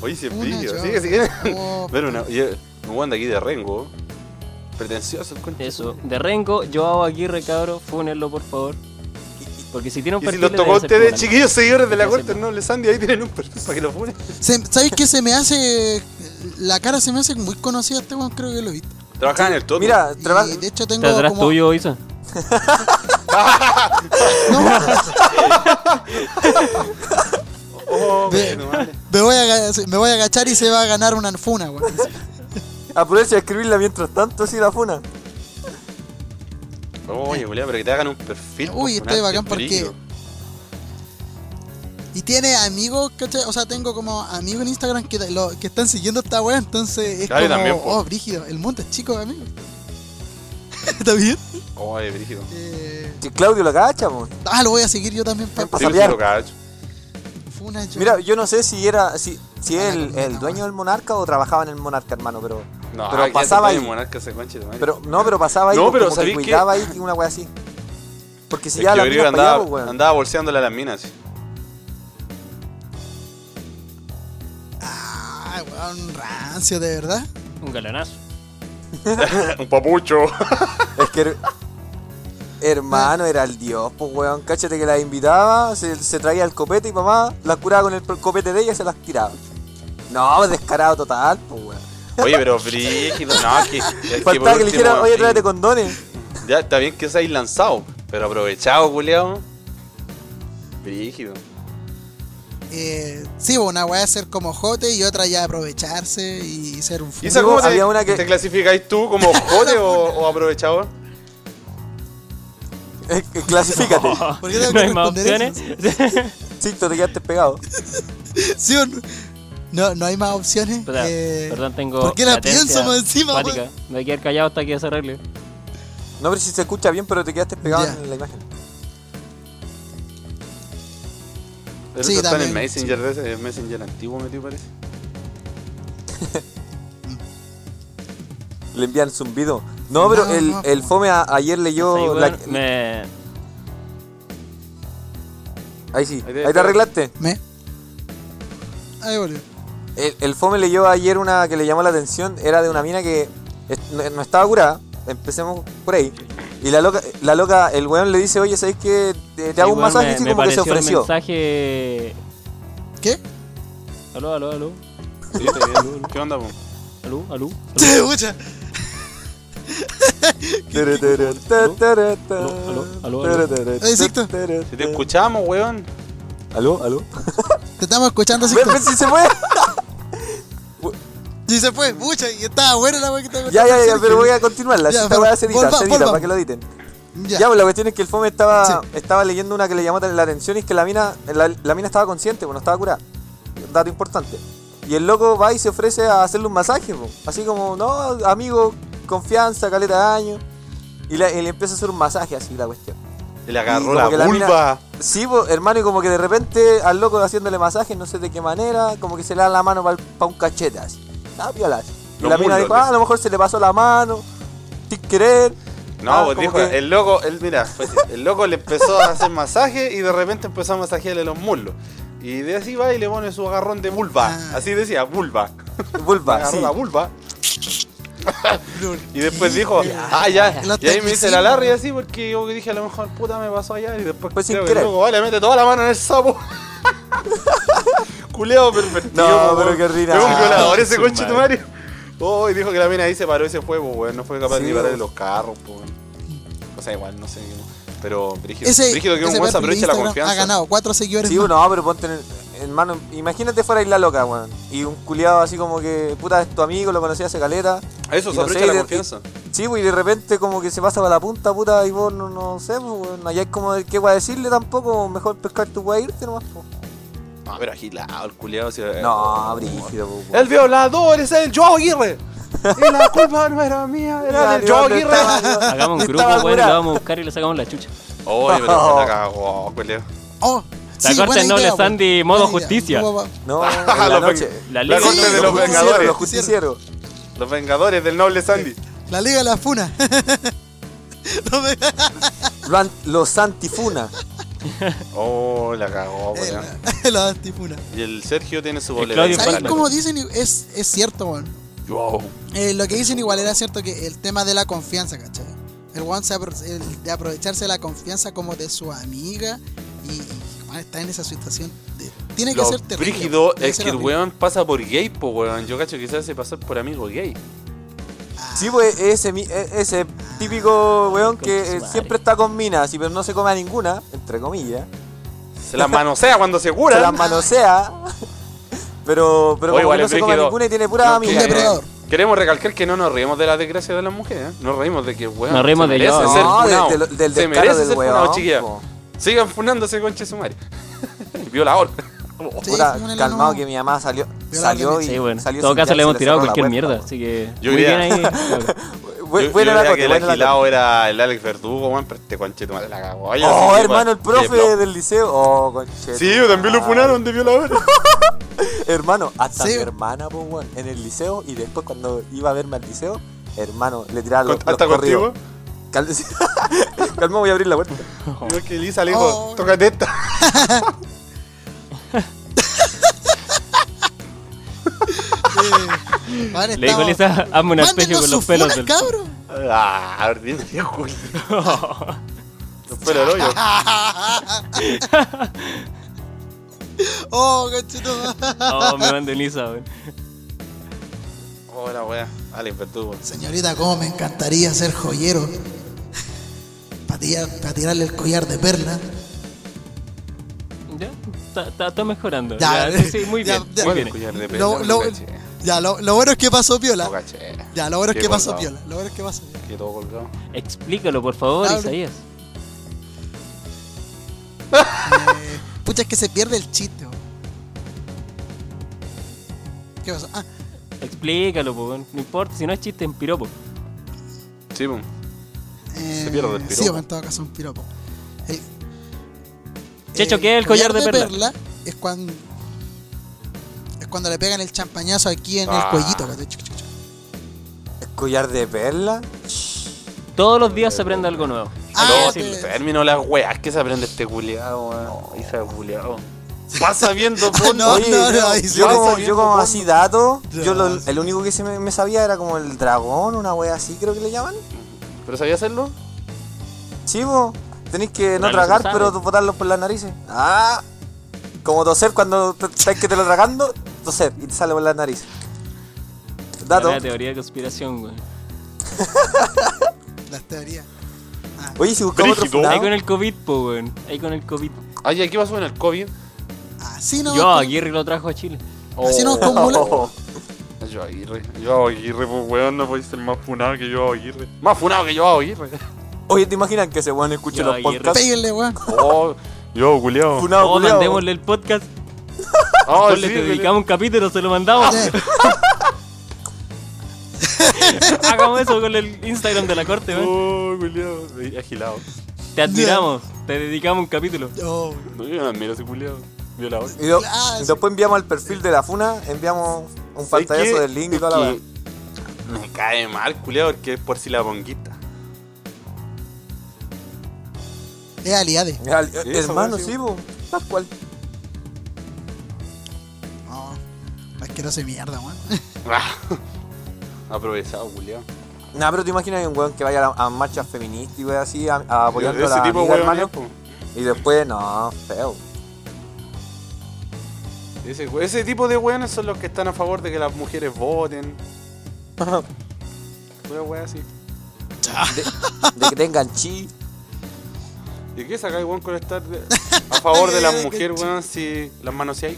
D: Oye, si es
B: Una
D: brillo.
B: yo.
D: Sigue, sigue.
B: Oh.
D: eh, Pero una. oye, un weón de aquí de Rengo. Pretencioso el conche.
C: Eso. De Rengo, yo hago Aguirre, cabro. Fúnenlo, por favor. Porque si tiene un
D: Y si
C: perfil.
D: los
C: le
D: tocó a
C: debe ser
D: ustedes,
C: fulano.
D: chiquillos seguidores de la
C: Debe
D: corte,
C: ser
D: no noble Sandy, ahí tienen un perfil para que lo funen.
B: Se- ¿Sabes qué? Se me hace. La cara se me hace muy conocida este weón, creo que lo he visto.
D: Trabajan en el todo.
E: Mira, trabaja.
B: Y este de hecho
C: ¿Está
B: tengo
C: atrás
B: como.
C: tuyo, Isa?
D: Oh,
B: Ve-
D: bueno, vale.
B: Me voy, a, aga- me voy a agachar y se va a ganar una anfuna, weón.
E: Aprovecha de escribirla mientras tanto, si la funa.
D: Oh, Oye, Julián, pero que te hagan un perfil.
B: Uy,
D: con
B: este es
D: arte,
B: bacán porque-
D: brillo.
B: Y tiene amigos, ¿cachai? O sea, tengo como amigos en Instagram que, lo- que están siguiendo esta weá, entonces es
D: Claro, y
B: como,
D: también, po.
B: oh, brígido, el mundo es chico, amigo. ¿Está bien?
D: Oye, Oh, brígido.
B: Eh,
E: Si Claudio la cacha, po.
B: ah, lo voy a seguir yo también, pa-
E: Pa'
D: Sí, lo
E: sapear.
D: sí lo cacho.
B: Funa, yo-
E: Mira, yo no sé si era. Si, si
B: Ah, la
E: el,
B: comida,
E: el dueño del monarca o trabajaba en el monarca, hermano, pero.
D: No,
E: Pero
D: aquí ya te
E: pasaba
D: pone
E: ahí.
D: Monarca ese conche de madre.
E: pero no, pero pasaba ahí.
D: No,
E: po,
D: pero
E: como que
D: ¿sabéis qué?
E: cuidaba ahí una wea así. Porque
D: Es
E: si
D: que
E: ya
D: yo
E: la
D: creo que
E: mina para allá,
D: andaba,
E: po, weón.
D: andaba bolseándole a las minas. sí.
B: Ah, weón, rancio, de verdad.
C: Un galanazo.
D: un papucho.
E: Es que. her- Hermano, era el dios, pues weón. Cáchate que la invitaba, se, se traía el copete y mamá la curaba con el pro- copete de ella y se las tiraba. No, descarado total, pues weón.
D: Oye, pero brígido. No, es que. es que por
E: Faltaba que le
D: último,
E: dijera, oye,
D: sí,
E: tráete condones.
D: Ya, está bien que seáis lanzado, pero aprovechado, culiao. Brígido.
B: Eh, sí, una weá es ser como jote y otra ya aprovecharse y ser un
D: ¿Y
B: funa.
D: esa cómo te,
E: había una que-
D: te clasificáis tú como jote o, o aprovechador?
E: Eh, eh, Clasifícate.
B: ¿Por qué tengo que
C: no hay más
B: responder
C: opciones.
B: eso?
E: Chito, te quedaste pegado.
B: ¿Sí o no? No, no hay más opciones.
C: Espera,
B: eh,
C: Perdón, tengo.
B: ¿Por qué la
C: latencia
B: pienso más encima, weón?
C: hepática. Me voy a quedar callado hasta que se arregle.
E: No, pero si se escucha bien, pero te quedaste pegado
B: Ya.
E: en la imagen.
D: Pero
B: Sí,
D: eso está en el
B: también,
D: Messenger, de ese, el Messenger antiguo metido, parece.
E: Le envían zumbido. No, pero
B: No,
E: el,
B: no,
E: el Fome a- ayer
C: Ahí,
E: leyó.
C: weón,
E: la-
C: me...
E: Ahí sí,
D: Ahí te-
E: ahí te arreglaste.
B: Me. Ahí volvió.
E: El, el Fome leyó ayer una que le llamó la atención. Era de una mina que es- no, no estaba curada. Empecemos por ahí. Y la loca, la loca el weón le dice, oye, ¿sabes qué? Te, te hago
C: Ahí,
E: un
C: weón,
E: masaje
C: me-
E: así
C: me
E: como que se
C: pareció
E: ofreció.
C: Un mensaje.
B: ¿Qué?
C: Aló, aló, aló.
D: Sí, está bien. ¿Qué onda, po?
C: Aló, aló.
B: Pucha.
C: aló, aló, aló.
B: Oye, Sixto.
D: Si
E: Eh.
D: te escuchamos, weón.
E: ¿Aló? ¿Aló?
B: Te estamos escuchando así.
E: Ven, ven si se fue.
B: Y se fue, pucha, y estaba buena la wea que te
E: Ya, ya, ya, pero voy a continuarla.
B: Ya,
E: si esta
B: pero
E: weá se edita,
B: volva-
E: se edita,
B: volvamos.
E: para que lo editen.
B: Ya,
E: Ya, pues la cuestión es que el Fome estaba,
B: Sí.
E: estaba leyendo una que le llamó la atención y es que la mina, la, la mina estaba consciente, pues no estaba curada. Dato importante. Y el loco va y se ofrece a hacerle un masaje, po. así como, no, amigo, confianza, caleta de años. Y, la- y le empieza a hacer un masaje así la cuestión.
D: Le
E: Y
D: agarró
E: como
D: la
E: que la mina-
D: vulva.
E: Sí, po, hermano, y como que de repente al loco haciéndole masaje, no sé de qué manera, como que se le da la mano para un cachete así. Ah, piola, así. Y
D: Los
E: la mina
D: muslos,
E: dijo, ah, a
D: dice.
E: lo mejor se le pasó la mano, sin querer.
D: No,
E: Ah,
D: pues
E: como
D: dijo,
E: que-
D: el loco, él, mira, fue así, el loco le empezó a hacer masaje y de repente empezó a masajearle los muslos. Y de así va y le pone su agarrón de vulva.
B: Ah.
D: Así decía, vulva. Le
E: Vulva,
D: agarró
E: Ah, sí.
D: la vulva.
B: Lul.
D: Y después dijo,
B: pues, Ya.
D: ah, ya.
B: Lo
D: Y ahí me hice
B: tecnicismo.
D: la Larry así porque yo dije, a lo mejor puta me pasó allá. Y después
E: Pues sin
D: creo que
E: querer.
D: el loco, vale, mete toda la mano en el sapo. Culeo pervertido.
E: No,
D: po,
E: pero
D: weón.
E: qué rina.
D: Es un violador ese
C: Su
D: conche tu
C: madre.
D: madre. Oh, y dijo que la mina ahí se paró y se fue, po, weón. No fue capaz
E: Sí,
D: ni parar de
E: weón.
D: los carros, po, weón. O sea, igual, no sé. Pero Brígido,
B: Ese,
D: Brígido que un
B: ese
D: buen se
B: perfil de
D: aprovecha la
B: Instagram
D: confianza.
B: Ha ganado cuatro seguidores.
E: Sí,
B: más.
E: no, pero ponte en el- Hermano, imagínate fuera Isla Loca, weón. Y un culiado así como que, puta, es tu amigo, lo conocí hace caleta.
D: A Eso
E: Y
D: se
E: no
D: aprovecha
E: sé,
D: la
E: y de-
D: confianza.
E: Sí, pues, y de repente como que se pasa para la punta, puta, y vos no, no sé, pues, weón. Allá es como de qué voy a decirle tampoco, mejor pescar tu weá e irte nomás, pues.
D: No, Ah, pero agilado el eh. culiado.
E: No, brígido, pues, weón.
D: El violador es el Joao Aguirre. Y la culpa no era mía, era
E: Ya,
D: del Joao
E: ¿dónde
D: Aguirre.
E: estaba?
C: Hagamos un grupo,
E: Estaba
C: weón, y lo
E: curado.
C: vamos a buscar y le sacamos la chucha.
D: Oye, pero se la cagó, culiao.
B: Oh,
C: La
B: sí,
C: corte
B: buena
C: noble
B: idea, weón.
C: Sandy, modo
B: Buena idea.
C: justicia.
B: Guapa.
E: No, en la
D: Los
E: noche.
D: ven-
C: La
D: la
C: liga.
D: corte
B: Sí, los
D: de los
E: justicieros,
D: vengadores.
E: los justicieros.
D: Los vengadores del noble Sandy.
B: La liga de la funa. No me-
E: Lo an- Los antifuna.
D: Oh, la cagó,
E: Eh,
D: culiao.
B: la antifuna.
D: Y el Sergio tiene su
C: El Claudio
D: bolera.
B: ¿Sabes
C: para-
B: cómo dicen? Es, es cierto, weón.
D: Wow.
B: Eh, lo que dicen igual era cierto que el tema de la confianza, ¿cachai? El one el de aprovecharse de la confianza como de su amiga y, y, bueno, está en esa situación. de- tiene que
D: Lo
B: ser terrible.
D: brígido
B: tiene
D: es
B: ser
D: que el
B: horrible.
D: weón pasa por gay, po weón. Yo cacho que se hace pasar por amigo gay.
B: Ah,
E: Sí, pues ese, mi- e- ese típico weón que eh,
C: Conchetumare.
E: siempre está con minas, y pero no se come a ninguna, entre comillas.
D: Se las manosea cuando se cura.
E: Se las manosea. Pero, pero
D: O
E: como
D: igual
E: que no
D: es
E: se come a
D: brígido.
E: ninguna y tiene
D: No,
E: pura
B: un
E: amiga.
D: que-
B: depredador.
D: Queremos recalcar que no nos reímos de la desgracia de las mujeres. ¿eh? Nos reímos de que el weón.
C: Nos reímos
D: se
C: de
D: merece
C: ellos.
D: ser
E: No, del-
D: funado.
E: del- del
D: Se
E: descaro
D: merece
E: del
D: ser
E: weón,
D: funado, chiquilla.
E: po.
D: Sigan funándose, conche su madre. Violador.
B: Sí,
E: Puta,
B: fúnenlo,
E: calmado
B: no.
E: que mi mamá salió,
B: Violado
E: salió y
C: Sí, bueno. En
E: salió
C: todo
E: sin
C: caso
E: calza
C: le
E: y
C: hemos tirado
E: cerró la
C: cualquier
E: puerta,
C: mierda,
E: po.
C: así que.
D: Yo
C: muy
D: diría-
C: bien ahí. claro.
E: Bu- Buena la cote, buena la cote.
D: era el Alex Verdugo, weón, pero este conche tu madre la cagó. Oye,
E: Oh,
D: así que,
E: hermano, el
D: weón,
E: profe Ah. del liceo. Oh, conche.
D: Sí, yo también lo funaron de violador.
E: Hermano, hasta
B: Sí.
E: mi hermana, pues, weón, en el liceo y después cuando iba a verme al liceo, hermano, le tiraba los,
D: ¿Hasta
E: los corridos.
D: contigo?
E: Cal- Calma, voy a abrir la puerta.
D: Yo que Lisa le
B: dijo,
D: dijo,
B: Oh.
D: tócate esta.
B: Eh, bueno,
C: Le dijo
B: estamos-
C: Lisa, hazme un arpegio
B: Mándenos
C: con los
B: sus
C: pelos
B: funas,
C: del.
B: cabro.
D: Ah, ordinario, Julio. Pero el hoyo.
B: Oh, cachito.
C: Oh, me mandé Lisa, weón.
D: Hola, weá. Ah, Alex Verdugo.
B: Señorita, cómo me encantaría ser joyero. Para tirarle el collar de perla.
C: Ya, está- está está mejorando.
B: Ya,
C: Ya, sí, sí, muy
B: ya,
C: bien.
B: ya.
C: Muy
D: Bueno,
C: bien.
D: collar de perla,
B: Lo, lo-
D: caché,
B: ya, lo, lo bueno es que pasó
D: no
B: piola.
D: caché.
B: Ya, lo bueno es
D: Qué
B: que pasó
D: colgado.
B: piola. Lo bueno es que pasó piola.
D: Que todo colgado.
C: Explícalo, por favor,
B: Hablo.
C: Isaías.
B: Eh, Pucha, es que se pierde el chiste. weón. ¿Qué pasó? Ah,
C: Explícalo, po, weón. No importa, si no es chiste en piropo.
D: Sí, pum.
B: eh,
D: Se pierde el piropo.
B: Sí, en todo caso, un piropo. El,
C: Checho, ¿qué es el collar de perla?
B: es cuando. Es cuando le pegan el champañazo aquí en
D: Ah.
B: el cuellito. ¿cachai? Chuc, chuc, chuc.
E: ¿Collar de perla?
C: Todos los días se aprende algo nuevo.
B: Ah,
C: Hay que
D: No,
B: te-
C: decirlo.
D: termino las weas que se aprende este culiado, weón. Isa culiado. Pasa viendo por
B: No, no, no, ahí sí.
E: yo,
B: Vas
E: como, yo
D: sabiendo
E: como
D: cuándo.
E: así dato,
B: Ya,
E: yo lo-
B: sí.
E: el único que se me, me sabía era como el dragón, una wea así creo que le llaman.
D: ¿Pero sabía hacerlo?
E: Chivo, tenéis que no
C: Bueno,
E: tragar,
C: se sabe.
E: pero botarlos por las narices. Ah, como toser cuando te- sabes que te lo tragando, toser y te sale por las narices. Dato.
C: La teoría de conspiración, weón.
B: Las teorías.
E: Oye, si buscamos otro
D: Brígido.
E: funado,
C: Ahí con el COVID, po, weón. Ahí con el COVID.
D: Ay, aquí pasó en el COVID.
B: Así no.
C: Yo, Aguirre Oh. lo trajo a Chile.
B: Así nos conmulan.
D: Oh, Yo Aguirre. Yo Aguirre, pues weón, no podéis ser más funado que yo Aguirre. Más funado que yo Aguirre.
E: Oye, ¿te imaginan que ese weón escuche
C: Ya,
E: los
C: Aguirre.
E: podcasts?
B: Péguenle, weón.
D: Oh, yo, culiado.
E: Funado,
C: oh,
E: culiao.
C: mandémosle el podcast.
D: Oh,
C: Ponle, te dedicamos un capítulo, se lo mandamos.
B: Sí.
C: Hagamos eso con el Instagram de la corte, weón.
D: Oh, culiado. Agilado.
C: Te admiramos, te dedicamos un capítulo.
B: Oh,
D: No, yo no admiro a ese culiado. Violador.
E: Y lo-
B: Ah, sí.
E: después enviamos al perfil de la funa, enviamos un
D: ¿Sabes
E: pantallazo
D: qué?
E: del link y
D: Es
E: toda la wea.
D: que Me cae mal, culiado, porque es por si la ponguita.
B: es aliade.
E: Al-
D: esa
E: Hermano,
D: wea, sí,
E: sí, po. Tal cual.
B: No, es que no se mierda, weón.
D: Aprovechado, culiado.
E: Nah, pero te imaginas un weón que vaya a, a marchas feministas y weón así, a, a apoyando a
D: Ese
E: la
D: tipo,
E: amiga,
D: weón,
E: hermano.
D: es, po.
E: Y después, no, feo.
D: Ese, ese tipo de weones son los que están a favor de que las mujeres voten. Pura wea así.
E: De, de que tengan chi.
D: ¿Y qué sacáis, weón, con estar de- a favor de las mujeres, weón, si las manoseáis?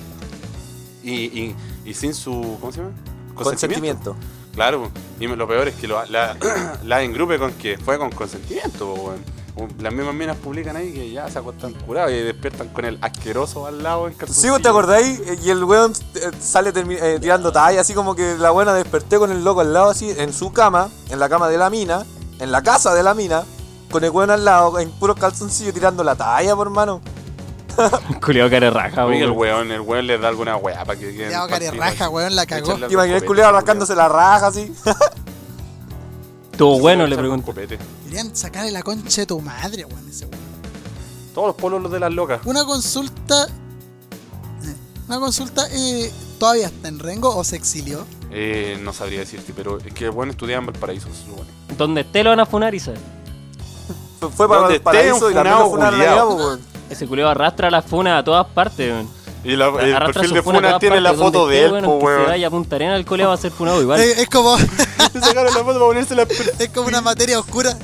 D: Y, y, y sin su. ¿Cómo se llama?
E: Consentimiento.
D: Claro, po. y lo peor es que lo, la, la engrupe con que fue con consentimiento, po, weón. Un- Las mismas minas publican ahí que ya se acostan curados y despiertan con el asqueroso al lado en
E: Sí, vos te acordáis, Eh, y el weón eh, sale termi- eh, tirando talla, así como que la buena desperté con el loco al lado, así, en su cama, en la cama de la mina, en la casa de la mina, con el weón al lado, en puros calzoncillos tirando la talla, por hermano.
C: Culiao cara raja,
D: Oiga, el
C: Oh, weón.
D: weón, el weón les da alguna weá para que queden.
B: Ya, cara,
D: partidos.
B: raja, weón, la cagó.
D: Echarle
E: Te imaginas el
D: algún
E: culiao
D: copete,
E: rascándose la raja, así.
C: Estuvo bueno, le
D: Echarle algún
C: pregunto.
D: copete.
B: Querían sacarle la concha de tu madre, weón, ese weón.
D: Todos los polos de las locas.
B: Una consulta. eh, Una consulta, eh, ¿todavía está en Rengo o se exilió?
D: Eh, no sabría decirte, pero es que el weón estudiaba en Valparaíso, se supone.
C: Donde esté lo van a funar, Isabel.
E: Fue- Fue para
D: Donde
E: el paraíso
D: esté
E: y también lo
D: un
E: funaron
D: funado,
E: allá, po, weón.
C: Ese culeo arrastra la funa a todas partes, weón.
D: Y la- el
C: Arrastra
D: perfil
C: su
D: de
C: funa a
D: Funa
C: todas
D: tiene la
C: partes, donde
D: foto de
C: esté,
D: él, po,
C: aunque Se
D: weón.
C: vaya a Punta Arena, el culeo va a ser funado igual.
B: Eh, Es, es como,
D: Le sacaron la foto para ponerse la per-
B: es como una materia oscura.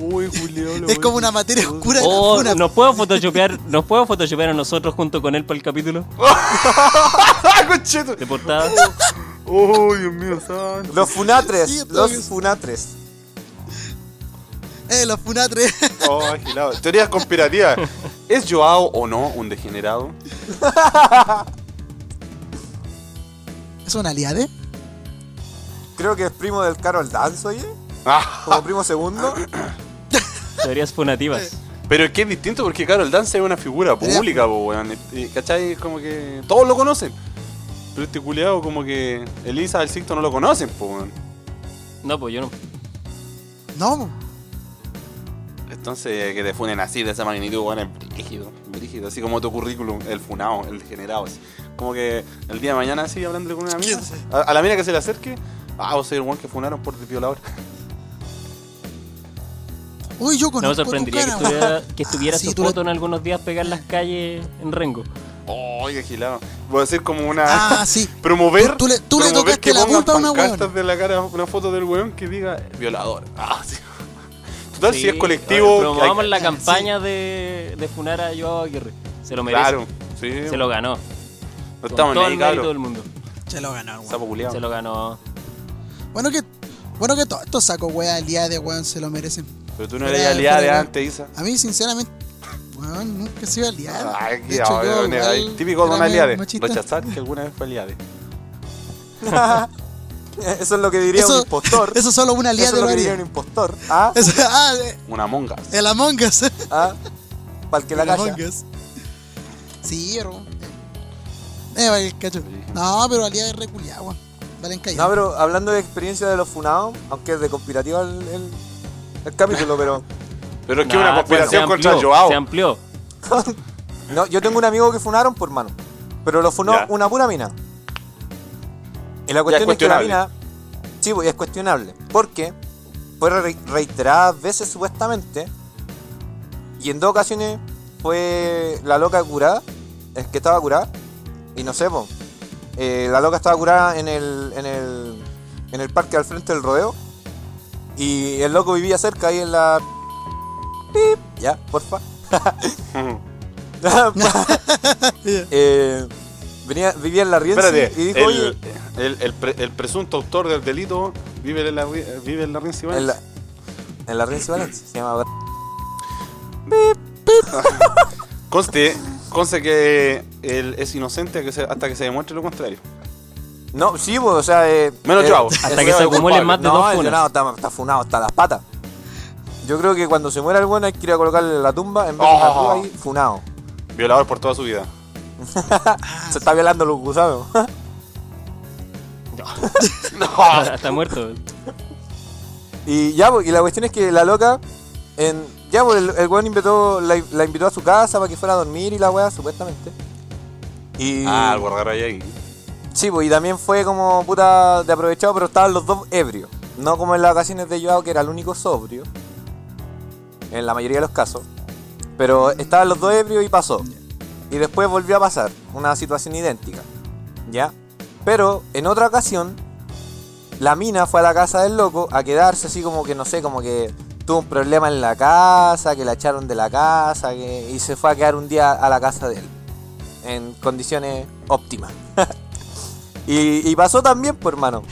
D: Uy, Julio. lo
B: Es como
D: voy a-
B: una materia oscura. de la
C: Oh,
B: funa.
C: ¿nos puedo photoshopear, nos puedo photoshopear a nosotros junto con él para el capítulo
D: ¡Ah, concheto!
C: de portada.
D: ¡Oh, Dios mío, santo!
E: Los funatres,
B: Sí,
E: los
B: también.
E: funatres.
B: Eh, los funatres.
D: Oh, agilado. Teorías conspirativas. ¿Es Joao o no un degenerado?
B: ¿Es un aliade?
E: Creo que es primo del Carol Dance, oye.
D: Ah,
E: Como primo segundo.
C: Teorías funativas.
D: pero es que es distinto porque, claro, el Dance es una figura pública, po, weón. Y, ¿Cachai? Es como que todos lo conocen. Pero este culiado, como que Elisa, el Sixto no lo conocen, po, weón.
C: No, pues yo no.
B: No.
D: Entonces, que te funen así, de esa magnitud, weón, es brígido. Brígido, así como tu currículum, el funado, el degenerado. así. Como que el día de mañana, así, hablándole con una amiga, a, a la mina que se le acerque, ah, vos soy el weón que funaron por violador.
B: Uy, yo
C: No me
B: conozco a tu
C: sorprendería que
B: cara, weón.
C: estuviera, que estuviera
B: Ah, sí,
C: su
B: tú la-
C: foto en algunos días pegar las calles en Rengo.
D: Oh, qué gilado. Voy a decir como una.
B: Ah, sí.
D: Promover.
B: Tú- tú le- tú le
D: promover
B: tocaste
D: que
B: la
D: pongan
B: vulva a una
D: pancartas
B: weona.
D: de la cara, una foto del weón que diga violador. Ah, sí. Total, si
C: Sí,
D: es colectivo. que hay-
C: Promovamos la campaña de, de funar a Joao Aguirre. Se lo merece.
D: Claro, sí.
C: Se lo ganó.
D: no
C: Con
D: estamos
C: todo el
D: en ahí,
C: mérito del
D: cabrón.
C: mundo.
B: Se lo ganó, weón.
D: Sapo culiao.
C: Se lo ganó.
B: Bueno que, bueno que todos estos sacos weas aliados de weón se lo merecen.
D: Pero tú no
B: Fuera
D: eres
B: de-
D: aliada de
B: fuera de-
D: antes, Isa.
B: A mí, sinceramente, weón, nunca he sido aliado.
D: Ay,
B: De
D: qué
B: hecho, yo
D: cabrón,
B: igual
D: ahí. Típico de
B: era
D: una
B: medio
D: aliade.
B: machista.
D: Rechazar que alguna vez fue aliade.
E: Eso es lo que diría un
B: Eso,
E: impostor.
B: eso solo un
E: Eso
B: aliado
E: es lo
B: lo
E: que diría
B: haría.
E: un impostor. Ah,
B: Eso- ah, eh,
D: Una monga.
B: el Among Us.
E: ah. Para el que la
B: el
E: calla.
B: Among Us. Sí, pero... Eh, vale, el cacho. No, pero aliado es reculiado, weón. Valen callar.
E: No, pero hablando de experiencia de los funados, aunque es de conspirativa el, el- el capítulo, pero.
D: Pero es que
C: Nah,
D: una
C: bueno,
D: conspiración
C: se
D: contra
C: amplió, Se
D: Joao.
C: amplió.
E: No, yo tengo un amigo que funaron por mano. Pero lo funó
D: Ya.
E: una pura mina. Y la cuestión es que la
D: cuestionable.
E: mina. Sí, pues, es cuestionable. Porque fue re- reiteradas veces supuestamente. Y en dos ocasiones fue la loca curada. Es que estaba curada. Y no sé, po, eh, la loca estaba curada en el, en el. en el parque al frente del rodeo. Y el loco vivía cerca ahí en la. Pip, ya, porfa. Eh, venía, vivía en la rienza
D: Espérate,
E: y dijo, oye,
D: el, el, el pre- el presunto autor del delito vive en la, ri- vive en la Rienzi
E: en
D: Valencia.
E: la, en la rienza de Valencia, se llama
D: Conste, conste que él es inocente que se- hasta que se demuestre lo contrario.
E: No, sí, pues, o sea, eh,
D: Menos
E: eh,
D: Joao.
E: el
D: Hasta
C: que
E: Joao
C: se
E: es
C: acumulen
E: culpable.
C: más de
E: no,
C: dos
E: el
C: funas.
E: Joao está, está funado hasta las patas. Yo creo que cuando se muera el bueno hay que ir a colocarle en la tumba en vez de una
D: Oh.
E: cruz ahí, funado.
D: Violador por toda su vida.
E: Se está violando los gusanos.
C: Está muerto.
E: Y ya, pues, y la cuestión es que la loca, en, ya, pues, el, el weón invitó, la, la invitó a su casa para que fuera a dormir y la weá, supuestamente. Y,
D: Ah, algo raro hay ahí.
E: Sí, pues, y también fue como puta de aprovechado, pero estaban los dos ebrios. No como en las ocasiones de Joao, que era el único sobrio. En la mayoría de los casos. Pero estaban los dos ebrios y pasó. Y después volvió a pasar una situación idéntica. ¿Ya? Pero en otra ocasión, la mina fue a la casa del loco a quedarse así como que, no sé, como que tuvo un problema en la casa, que la echaron de la casa, que, y se fue a quedar un día a la casa de él. En condiciones óptimas. Y, y pasó también, pues hermano.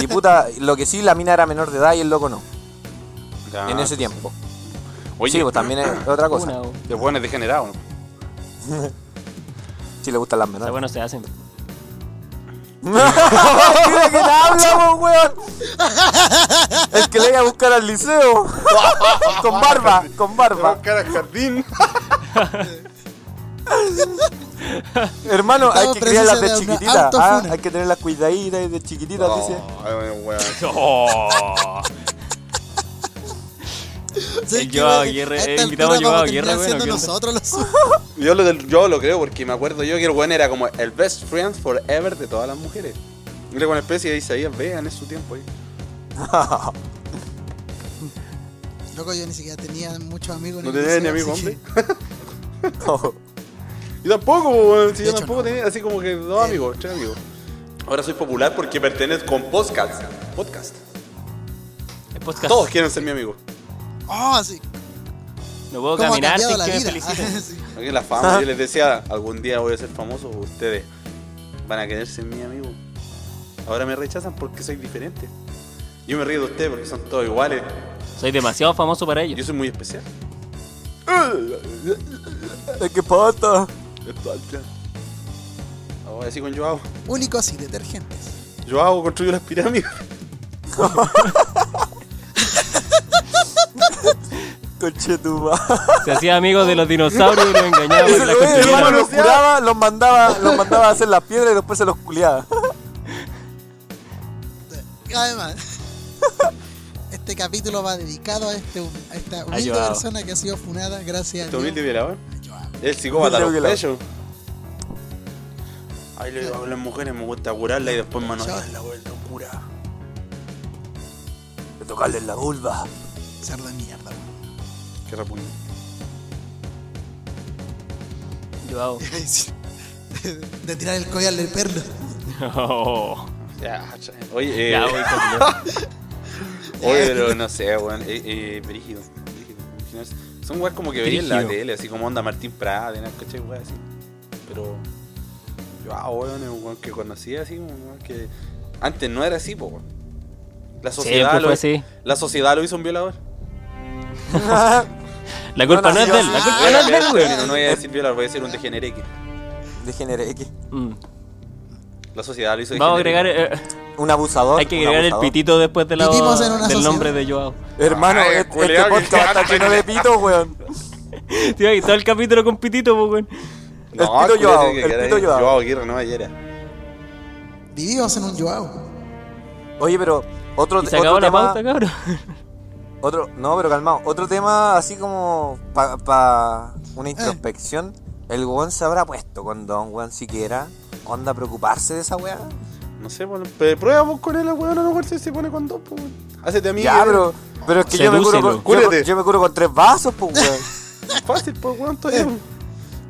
E: Y puta, lo que sí, la mina era menor de edad y el loco no.
D: Ya.
E: en ese tiempo.
D: Ah, Oye,
E: sí, pues también es otra cosa.
C: Una, o
D: de bueno es degenerado. ¿no?
E: Si le gustan las
C: sea,
E: menores.
C: bueno, se hacen.
E: ¡Mira que la habla, po, weón! El que le iba a buscar al liceo. con barba, con barba.
D: jardín.
E: Hermano, hay
B: Todo
E: que criarlas de
B: precisa de una
E: chiquitita. ah,
B: autofuna.
E: hay que tenerlas cuidaditas de chiquititas, dice.
B: ¿Sabes
C: El
B: qué,
C: Joao
B: weón?
C: Aguirre,
B: A
C: eh,
B: esta
C: invitamos
B: altura
C: a Joao
B: vamos a
C: Aguirre,
B: terminar
C: bueno,
B: siendo
C: ¿qué onda?
B: nosotros los
D: Yo lo, del- yo lo creo porque me acuerdo yo que el buen era como el best friend forever de todas las mujeres. Mira con especie y Isaías, vean, es su tiempo ahí.
B: Loco, yo ni siquiera tenía muchos amigos. en
D: No
B: la
D: tenía ni
B: universidad,
D: amigo
B: así
D: hombre.
B: que-
D: Yo tampoco, po, weón. Si
B: De
D: yo
B: hecho,
D: tampoco
B: no. Eh.
D: tenía así como que dos amigos, tres amigos.
F: Ahora soy popular porque pertenezco con podcast. Podcast.
C: El podcast.
D: Todos quieren ser mi amigo.
B: Oh, sí.
C: No puedo
B: ¿Cómo ha
C: caminar
B: cambiado
C: sin
B: la
C: que me
B: vida?
C: feliciten.
B: Sí.
D: Aquí la fama, yo les decía, algún día voy a ser famoso, ustedes van a querer ser mi amigo. Ahora me rechazan porque soy diferente. Yo me río de ustedes porque son todos iguales.
C: Soy demasiado famoso para
D: Yo
C: ellos.
D: soy muy especial.
E: ¿Qué pata?
D: Ahora sí con Joao.
B: Únicos y detergentes.
D: Joao construyó las pirámides.
E: Coche tu madre.
C: Se hacía amigo de los dinosaurios y los engañaba.
E: Ese
C: con pues, la
E: güey,
C: construcción.
E: hermano, los
D: conocía.
E: curaba, los mandaba, los mandaba a hacer las piedras y después se los culiaba.
B: Además, este capítulo va dedicado a, este, hum- a esta humilde
C: Joao.
B: persona que ha sido funada gracias
D: Este
B: a Dios.
D: humilde violador.
B: Joao.
D: El psicópata,
E: Humilde
D: los pechos.
E: violador.
D: Ahí le digo a las mujeres, me gusta curarla y después manosearla, weón, locura.
E: De tocarle en la vulva.
B: Cerdo de mierda. weón.
D: Qué repugnante.
C: Joao.
B: De tirar el collar del perro.
C: Oh.
D: Ya, ya. Oye, eh,
C: Ya voy con-
D: Oye, pero no sé, weón. Eh, eh, brígido. brígido, imaginarse. Son weas como que veía en la
C: Brígido.
D: tele, así como onda Martín Prat, ¿no? ¿cachai? Weas así. Pero. Yo, ah, weón, es un weón que conocía así, un weón que. Antes no era así, po, weón. La
C: Siempre
D: sociedad,
E: pues
D: lo,
C: fue así.
D: la sociedad lo hizo un violador.
C: La culpa no es de él. La culpa no es de él, güey.
D: No, no voy a decir violador, voy a decir un degenereque.
E: Degenere X.
C: Mm.
D: La sociedad lo hizo
C: Vamos a agregar.
D: degenereque.
C: eh,
E: Un abusador.
C: hay que
E: un
C: agregar el
E: abusador.
C: pitito después de la,
B: Vivimos en una
C: del
B: sociedad.
C: nombre de Joao.
E: Hermano,
D: Ay,
E: este,
D: culiao,
E: este
D: que
E: podcast
D: gana,
E: está lleno de pito, weón.
C: Tío, ahí todo el capítulo con pitito, pues, güey.
E: el pito
D: culiao,
E: Joao,
D: tiene que
E: el
D: quedar
E: pito
D: ahí.
E: Joao.
D: Joao Aguirre, no ayer.
B: Vivimos en un Joao.
E: Oye, pero otro,
C: Y se acabó
E: otro
C: la
E: tema.
C: pauta, cabrón.
E: Otro, no, pero calmado. Otro tema así como para una
D: Eh.
E: introspección. El weón se habrá puesto condón, weón, siquiera. Onda preocuparse de esa weá.
D: No sé, bueno, pe- prueba vos con él, weón, a lo mejor se- se pone con dos, po, weón. Hacete amigo.
E: Ya, pero, pero es que yo me, curo
C: Sedúcelo.
E: con, yo, me-
D: Cúrate.
E: yo me curo con tres vasos, pues, weón.
D: Fácil, pues, weón, todavía.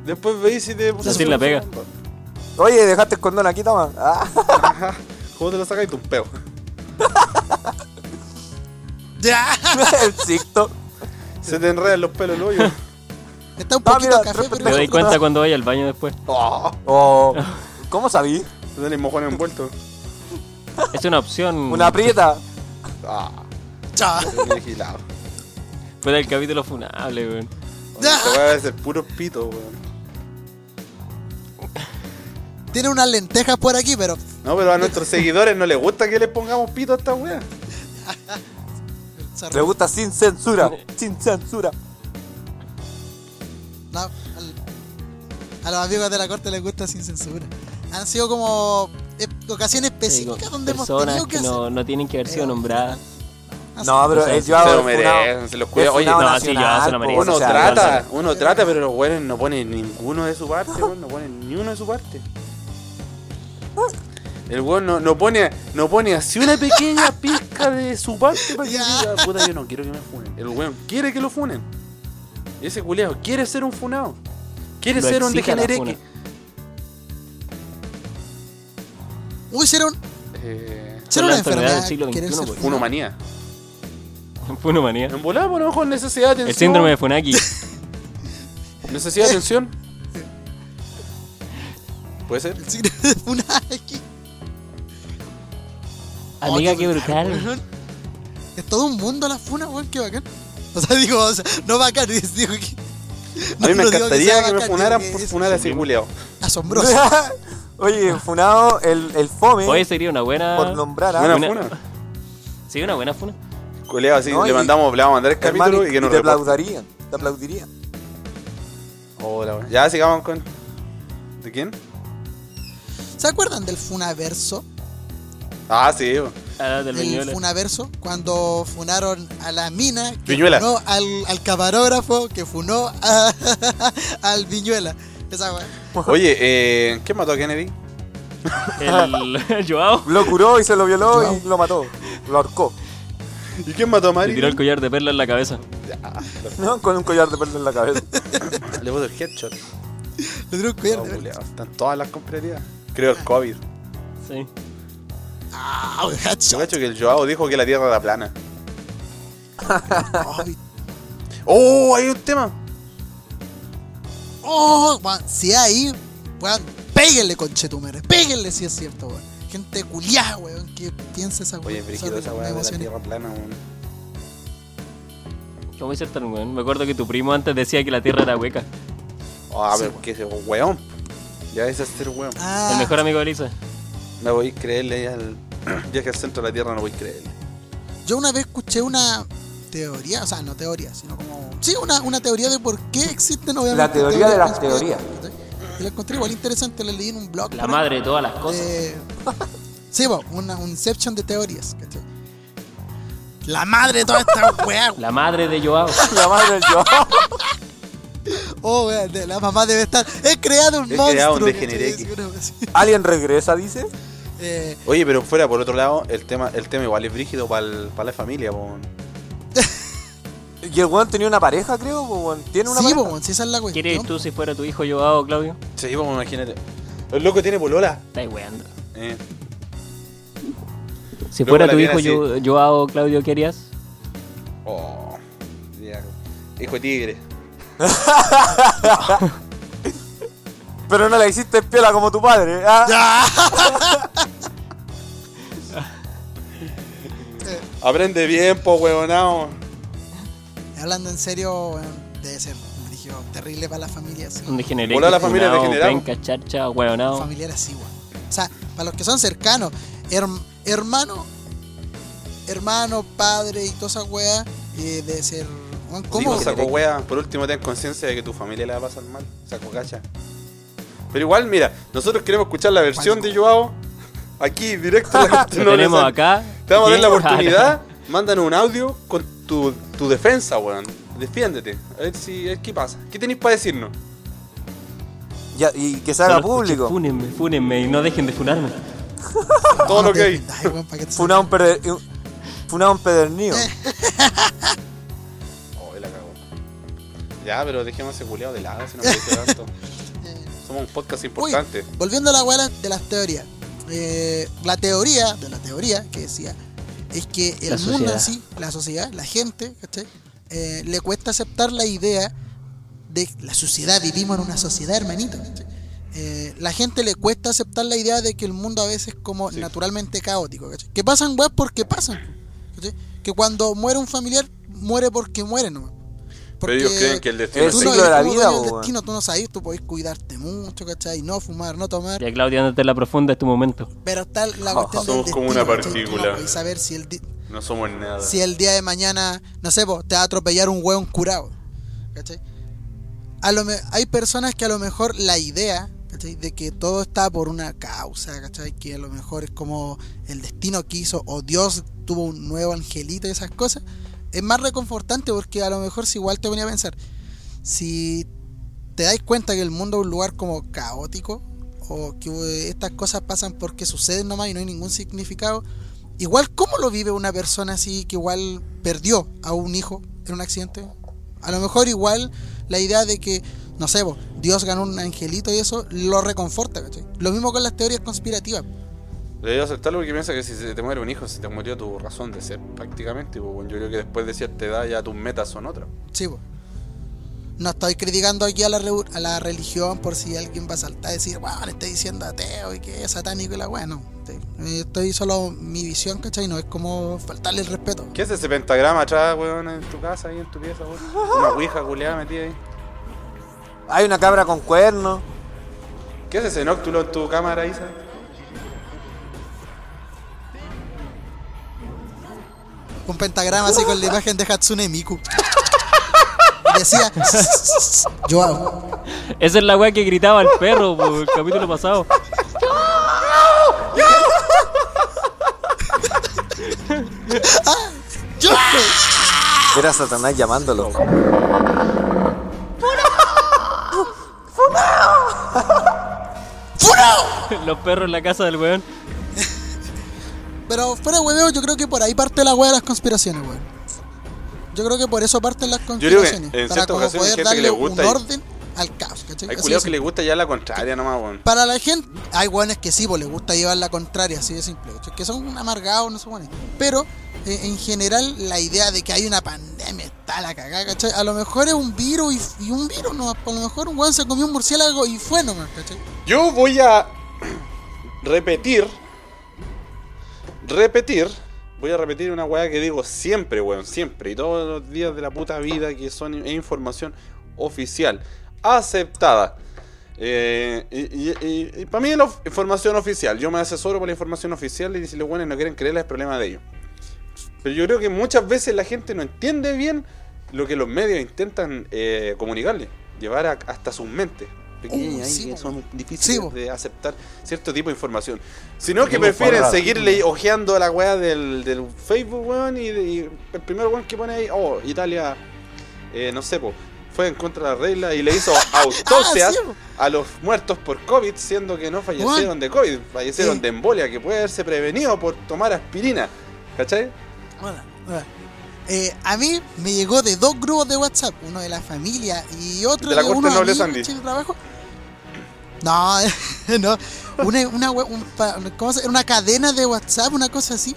D: Después veis si te.
C: Así la pega.
E: Oye, dejaste el condón aquí, toma. Ah,
D: Ajá. ¿Cómo te lo sacas y tu peo?
E: el cicto.
D: Se te enredan los pelos el hoyo.
B: Está un
E: Ah,
B: poquito
E: mira,
B: de café,
E: tres
B: pero
C: Me doy cuenta cuando vaya al baño después.
D: Oh,
E: O. ¿Cómo sabí?
D: te tenés mojones envueltos.
C: Es una
D: Mm.
C: opción.
E: Una prieta.
D: Ah,
B: Chao.
D: te tenés vigilado.
C: Fuera del capítulo funable, güey.
D: Te voy a ser puro pito, weón.
B: Tiene unas lentejas por aquí, pero
D: No, pero a nuestros seguidores no les gusta que les pongamos pito a esta weá.
B: cerdo.
E: Le gusta sin censura. Sin censura.
B: No, al- a los amigos de la corte les gusta sin censura. Han sido como eh, ocasiones
C: Digo,
B: específicas donde hemos
C: personas
B: tenido que,
C: que no, no tienen que haber sido nombradas.
D: Ah,
B: hacer.
E: No, pero
C: O sea,
E: el
D: Se
E: Joao
D: lo
E: es funado.
D: merecen, se los cuida.
E: Es
D: Oye,
E: funado
C: no, sí, Joao se lo
E: nacional,
C: merece.
E: po,
D: uno
E: o sea,
D: trata, uno trata, pero los weones no ponen ninguno de su parte, weón, no ponen ni uno de su parte. El weón no, no pone, no pone así una pequeña pizca de su parte para que
B: Ya.
D: diga, puta, yo no quiero que me funen. El weón quiere que lo funen. Y ese culiao quiere ser un funado. Quiere
C: Lo
D: ser un
C: exige la
D: degenereque.
B: Uy, será un,
D: Eh,
B: será
C: la
B: una
C: enfermedad
B: enfermedad.
C: del siglo
B: querer
C: XXI,
B: ser
C: pues.
B: funado.
D: funomanía.
C: funa. Funomanía.
D: En volar, por lo mejor necesidad de atención.
C: El síndrome de Funaki.
D: Necesidad de atención. ¿Puede ser?
B: El siglo de Funaki.
C: Amiga,
B: Oh,
C: qué brutal.
B: weón. Es todo un mundo la funa, weón, qué bacán. O sea, digo, o sea, no bacán, es- digo que.
D: A mí me
B: no digo que sea
D: encantaría que me
B: bacán,
D: funaran
B: digo que
D: por
B: es
D: funar a ese culiao.
B: Asombroso.
E: Oye, funado, el, el fome.
C: Hoy sería una buena.
E: por nombrar a.
D: Buena
C: Una-
D: funa.
C: Sí, una buena funa.
D: Culeado, así
E: No,
D: le
E: y-
D: mandamos, le vamos a mandar el
E: Hermano,
D: capítulo y que nos
E: te
D: reporte.
E: aplaudirían. Te aplaudirían.
D: Hola, hola. Ya sigamos con. ¿De quién?
B: ¿Se acuerdan del funaverso?
D: Ah, sí, bo.
C: Ah, del
B: El
C: Viñuela.
B: funaverso, cuando funaron a la mina, que
D: Viñuela.
B: funó al, al camarógrafo, que funó a- al Viñuela. Esa weón.
D: Oye, eh, ¿quién mató a Kennedy?
C: El el Joao
E: Lo curó y se lo violó y lo mató. Lo ahorcó.
G: ¿Y quién mató a
C: le tiró
G: Mario?
C: el collar de perla en la cabeza.
E: ¿no? Con un collar de perlas en la cabeza.
G: Le puso el headshot.
B: Le tiró un collar
G: No,
B: de perlas.
G: culiao, Están todas las comprarías.
D: Creo el COVID.
C: Sí.
B: Ah, un
D: Yo
B: headshot.
D: cacho que el Joao dijo que la Tierra era plana.
B: Ay,
D: ¡Oh! Hay un tema.
B: Oh, weón, si hay, weón, péguenle con Chetumere, péguenle si es cierto, weón. Gente culiada, weón, que piensa esa
D: Oye, Brigido,
B: sobre
D: esa weá de la
B: emociones.
D: Tierra plana, weón.
C: ¿Cómo hice tan weón? Me acuerdo que tu primo antes decía que la tierra era hueca.
D: Ah,
B: Sí,
D: pero que ese weón. Ya es hacer weón.
B: Ah,
C: El mejor amigo de Lisa.
D: No voy a creerle ahí al viaje al centro de la Tierra, no voy a creerle.
B: Yo una vez escuché una teoría, o sea, no teoría, sino como. Sí, una, una teoría de por qué existen, obviamente.
E: La teoría de las
B: conspirativas, ¿cachai? Y la encontré igual interesante, la leí en un blog.
C: La
B: por
C: madre de todas las
B: ahí.
C: cosas.
B: Eh, sí, po, una, un inception de teorías, ¿cachai? La madre de todas estas weas,
C: La madre de Joao.
E: La madre del Joao.
B: Oh, wea, de- la mamá debe estar. He creado un
D: He
B: monstruo.
D: creado un
B: ¿cachai?
D: degeneré que-
B: Sí, una wea así.
E: Alien regresa, dice.
B: Eh,
D: Oye, pero fuera, por otro lado, el tema, el tema igual es brígido para la familia, po.
E: Y el weón tenía una pareja, creo. po, weón. Tiene una
B: sí,
E: pareja.
B: po, weón, sí, esa es la cuestión.
C: ¿Quieres tú si fuera tu hijo Joao, Claudio?
D: Sí, po, imagínate. El loco tiene polola.
C: Estás weando.
D: Eh,
C: Si
D: Luego
C: fuera
D: la
C: tu hijo
D: viene
C: Yo- Joao, Claudio, ¿qué harías?
D: Oh, diablo. Hijo de tigre.
E: Pero no la hiciste piola como tu padre. ah.
D: Aprende bien, po, huevonao.
B: Hablando en serio, weón, debe ser un brígido terrible para la familia. sí.
C: Un degenerado.
D: Volá la familia
C: funado,
D: degenerado.
C: Penca, charcha, hueonado.
B: familiar así, weón. O sea, para los que son cercanos, herm- hermano, hermano, padre y toda esa weá, eh, debe ser. weón, ¿Cómo?
D: Digo, saco wea. Por último, ten conciencia de que tu familia la va a pasar mal. Saco cacha. Pero igual, mira, nosotros queremos escuchar la versión de Joao. Aquí, directo. a La
C: Lo tenemos acá.
D: Te vamos a dar la
C: Claro.
D: oportunidad. Mándanos un audio con tu, tu defensa, weón. Defiéndete. A ver si. a ver qué pasa. ¿Qué tenéis para decirnos?
E: Ya, y que se
C: No lo
E: haga
C: escuchen,
E: público.
C: Fúnenme, fúnenme y no dejen de funarme.
D: Todo lo que hay.
B: Ay, weón, para que te
E: Funado un, perde- un- funado un pedernido.
D: Eh. Oh, la cagó. Ya, pero dejemos ese culeado de lado si no parece tanto.
B: Eh,
D: Somos un podcast
B: Uy,
D: importante.
B: volviendo a la weá de las teorías. Eh, la teoría de la teoría que decía es que el
C: La
B: mundo
C: sociedad.
B: en sí, la sociedad, la gente, ¿cachai? Eh, le cuesta aceptar la idea de la sociedad. Vivimos en una sociedad, hermanito. ¿cachai? Eh, la gente le cuesta aceptar la idea de que el mundo a veces es como naturalmente caótico. ¿cachai? Que pasan weas porque pasan. ¿cachai? Que cuando muere un familiar, muere porque muere nomás.
D: Pero ellos
B: Porque-
D: creen que el destino
E: el
D: es
B: tú
E: ciclo
B: no
E: de
B: eres
E: la
B: como
E: vida,
B: dueño del
E: po, weón.
B: destino, tú no sabes, tú podés cuidarte mucho, ¿cachai? No fumar, no tomar,
C: Ya, Claudio, ándate la profunda, es tu momento.
B: pero está la cuestión
D: Somos
B: del
D: como
B: destino,
D: una
B: ¿cachai? Tú no
D: partícula.
B: podés saber si el, di-
D: No somos nada.
B: si el día de mañana, no sé, po, te va a atropellar un hueón curado, ¿cachai? A lo me- hay personas que a lo mejor la idea, ¿cachai? De que todo está por una causa, ¿cachai? Que a lo mejor es como el destino quiso o Dios tuvo un nuevo angelito y esas cosas, es más reconfortante porque a lo mejor si igual te venía a pensar, si te dais cuenta que el mundo es un lugar como caótico o que eh, estas cosas pasan porque suceden nomás y no hay ningún significado, igual cómo lo vive una persona así que igual perdió a un hijo en un accidente. A lo mejor igual la idea de que, no sé, vos, Dios ganó un angelito y eso lo reconforta, ¿cachai? Lo mismo con las teorías conspirativas.
D: Debería aceptarlo porque piensa que si se te muere un hijo, se te murió tu razón de ser, prácticamente. pues, bueno, yo creo que después de cierta edad ya tus metas son otras.
B: Sí, po. No estoy criticando aquí a la, reu- a la religión por si alguien va a saltar a decir, bueno, estoy diciendo ateo y que es satánico y la weá, no. Te- eh, Estoy solo mi visión, ¿cachai? No es como faltarle el respeto.
D: ¿Qué es ese pentagrama atrás, weón, en tu casa, ahí en tu pieza, weón? Una ouija culeada metida ahí.
E: Hay una cabra con cuernos.
D: ¿Qué es ese nóctulo en tu cámara, Isa?
B: Un pentagrama así con la imagen de Hatsune Miku. Y Decía, yo hago.
C: Esa es la weá que gritaba el perro por el capítulo pasado.
B: ¡Yo!
E: Era Satanás llamándolo.
C: Lo Los perros en la casa del weón.
B: Pero fuera de hueveo, yo creo que por ahí parte la hueá de las conspiraciones, weón. Yo creo que por eso parten las
D: creo que
B: conspiraciones.
D: en
B: para
D: ciertas
B: como
D: ocasiones
B: poder
D: hay gente
B: darle
D: que le gusta
B: un
D: y-
B: orden al caos, ¿cachai?
D: Hay
B: Así
D: culiados
B: de
D: que les gusta ya la contraria nomás, weón.
B: Para la gente, hay hueones que sí, pues les gusta llevar la contraria, así de simple. ¿cachai? Que son un amargados, no sé, hueones. Pero, eh, en general, la idea de que hay una pandemia está la cagada, ¿cachai? A lo mejor es un virus y, y un virus, ¿no? A lo mejor un hueón se comió un murciélago y fue nomás, ¿cachai?
D: Yo voy a repetir. Repetir. Voy a repetir una weá que digo siempre, weón. Siempre. Y todos los días de la puta vida que son es información oficial. Aceptada. Eh, y para mí es la of- información oficial. Yo me asesoro por la información oficial y si los weones no quieren creerla es problema de ellos. Pero yo creo que muchas veces la gente no entiende bien lo que los medios intentan eh, comunicarle. Llevar a- hasta sus mentes. Pequeñas,
B: Uh, sí,
D: ahí, que
B: po,
D: son
B: Sí,
D: difíciles
B: po.
D: de aceptar cierto tipo de información. Sino que
E: Tenemos
D: prefieren
E: cuadrado.
D: seguir ley- ojeando a la weá del, del Facebook, weón, y, y el primer weón que pone ahí, oh, Italia, eh, no sé, po, fue en contra de la regla y le hizo autopsias
B: Ah, sí, po.
D: a los muertos por COVID, siendo que no fallecieron
B: Weón.
D: de COVID, fallecieron
B: Sí.
D: de embolia, que puede haberse prevenido por tomar aspirina. ¿Cachai?
B: Hola, hola. Eh, a mí me llegó de dos grupos de WhatsApp, uno de la familia y otro
D: De
B: de,
D: la corte
B: unos
D: noble
B: amigos
D: Sandy.
B: che, de trabajo. No, no, una, una, we- un pa- ¿cómo se- una cadena de WhatsApp, una cosa así,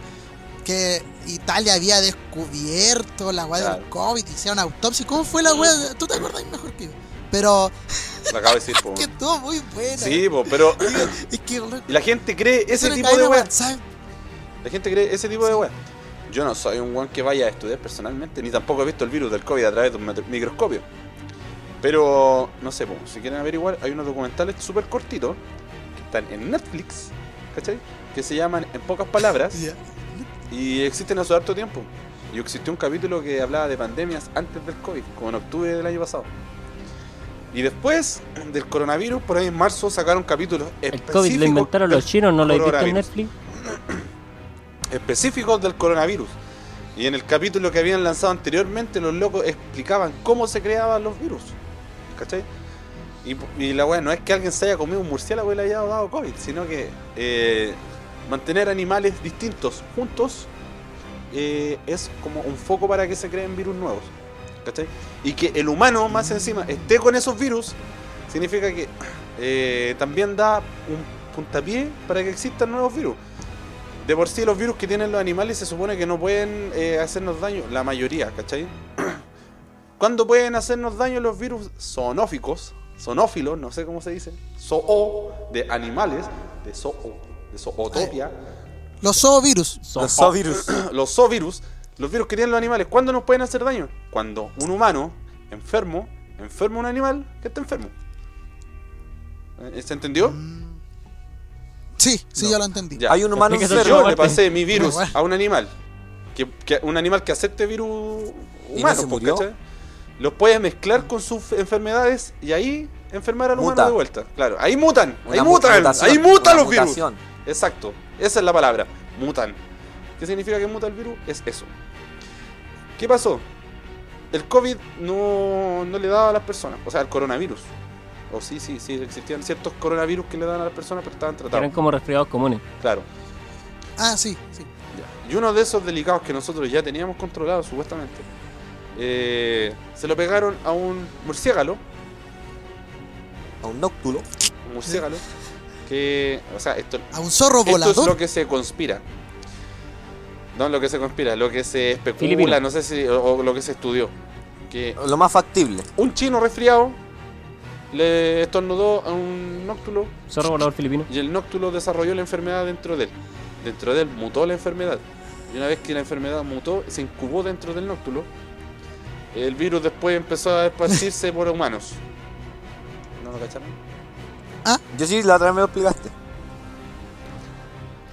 B: que Italia había descubierto la weá del
D: Claro.
B: COVID, hicieron autopsia. ¿Cómo fue la weá? Tú te acordás mejor que yo. Pero
D: Lo acabo de decir, po.
B: que estuvo muy buena.
D: Oh. Sí, po, pero.
B: Es que loco,
D: Y la gente cree ese
B: una
D: tipo
B: cadena
D: de weá.
B: WhatsApp.
D: La gente cree ese tipo de weá. Yo no soy un weón que vaya a estudiar personalmente, ni tampoco he visto el virus del COVID a través de un metro- microscopio. Pero, no sé, po, si quieren averiguar, hay unos documentales súper cortitos que están en Netflix, ¿cachai? Que se llaman En pocas palabras
B: Ya.
D: y existen hace harto tiempo. Y existió un capítulo que hablaba de pandemias antes del COVID, como en octubre del año pasado. Y después del coronavirus, por ahí en marzo sacaron capítulos
C: El
D: específicos.
C: COVID lo inventaron los
D: del
C: chinos, ¿no lo he visto en
D: coronavirus
C: Netflix?
D: específicos del coronavirus. Y en el capítulo que habían lanzado anteriormente, los locos explicaban cómo se creaban los virus. ¿Cachai? Y, y la weá no es que alguien se haya comido un murciélago y le haya dado COVID, sino que eh, mantener animales distintos juntos eh, es como un foco para que se creen virus nuevos. ¿Cachai? Y que el humano, más encima, esté con esos virus, significa que eh, también da un puntapié para que existan nuevos virus. De por sí los virus que tienen los animales se supone que no pueden eh, hacernos daño, la mayoría, ¿cachai? ¿Cuándo pueden hacernos daño los virus zoonóficos? Zoonófilos, no sé cómo se dice. Zoo, de animales, de zoo, de zootopia.
B: Los zoovirus.
E: Los zoovirus.
D: Los zoovirus, los virus que tienen los animales, ¿cuándo nos pueden hacer daño? Cuando un humano enfermo, enferma a un animal que está enfermo. Eh, ¿Se entendió?
B: Sí, sí, yo lo entendí.
D: Ya.
E: Hay un humano
C: Explica
D: Si
C: esa
E: enfermo.
D: yo
C: otra
D: le
C: parte.
D: pasé mi virus
B: Bueno, bueno.
D: a un animal, que, que- un animal que acepte virus
E: ¿Y
D: humano,
E: no se
D: pues,
E: murió?
D: ¿cachai? Los puedes mezclar con sus enfermedades y ahí enfermar al humano
E: Muta.
D: de vuelta. Claro, ahí mutan, ahí
E: Una mu-
D: mutan,
E: mutación,
D: ahí mutan
E: una
D: los virus.
E: mutación.
D: Exacto, esa es la palabra, mutan. ¿Qué significa que muta el virus? Es eso. ¿Qué pasó? El COVID no, no le daba a las personas, o sea, el coronavirus. O sí, sí, sí, existían ciertos coronavirus que le daban a las personas, pero estaban
C: Que eran
D: tratados.
C: como resfriados comunes.
D: Claro.
B: Ah, sí, sí.
D: Ya. Y uno de esos delicados que nosotros ya teníamos controlado, supuestamente, eh, se lo pegaron a un murciélago,
E: A un nóctulo.
D: un murciélago, que, o sea, esto,
B: A un zorro
D: esto es
B: volador.
D: lo que se conspira. No lo que se conspira, lo que se especula,
C: Filipino.
D: no sé si, o, o lo que se estudió. Que
E: Lo más factible.
D: un chino resfriado le estornudó a un nóctulo
C: Zorro volador filipino.
D: y el nóctulo desarrolló la enfermedad dentro de él. Dentro de él mutó la enfermedad. Y una vez que la enfermedad mutó, se incubó dentro del nóctulo. El virus después empezó a esparcirse por humanos. ¿No lo cacharon?
E: Yo sí, la otra vez me lo explicaste.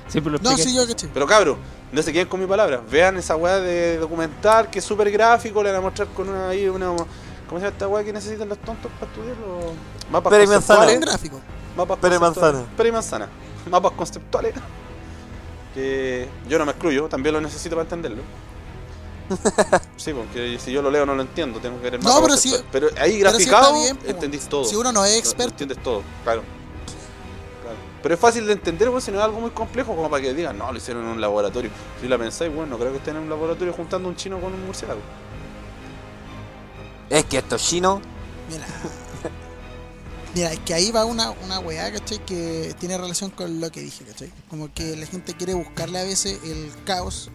C: Siempre lo
B: No,
C: expliqué.
B: sí, yo caché.
D: Pero cabro, no se queden con mi palabra. Vean esa weá de documental que es súper gráfico. Le van a mostrar con una ahí una. ¿Cómo se llama esta weá que necesitan los tontos para estudiarlo? Mapas
E: Pera y
D: conceptuales.
B: Son
E: manzana.
B: gráficos.
D: Mapas
E: Pera y
D: conceptuales.
E: manzana.
D: Pera y manzana. Mapas conceptuales. Que yo no me excluyo, también lo necesito para entenderlo. Sí, porque si yo lo leo no lo entiendo, tengo que ver el
B: No,
D: mapa
B: pero
D: conceptual.
B: si-
D: pero ahí
B: pero si
D: graficado Oh.
B: está bien, po.
D: entendís todo.
B: Si uno no es
D: Lo- lo
B: experto,
D: entiendes todo, claro. Claro. Pero es fácil de entender, weón, si no es algo muy complejo, como para que digan, no, lo hicieron en un laboratorio. Si la pensáis, bueno, creo que estén en un laboratorio juntando un chino con un murciélago.
E: Es que estos chinos.
B: Mira. Mira, es que ahí va una, una weá, ¿cachai? Que tiene relación con lo que dije, ¿cachai? Como que la gente quiere buscarle a veces el caos.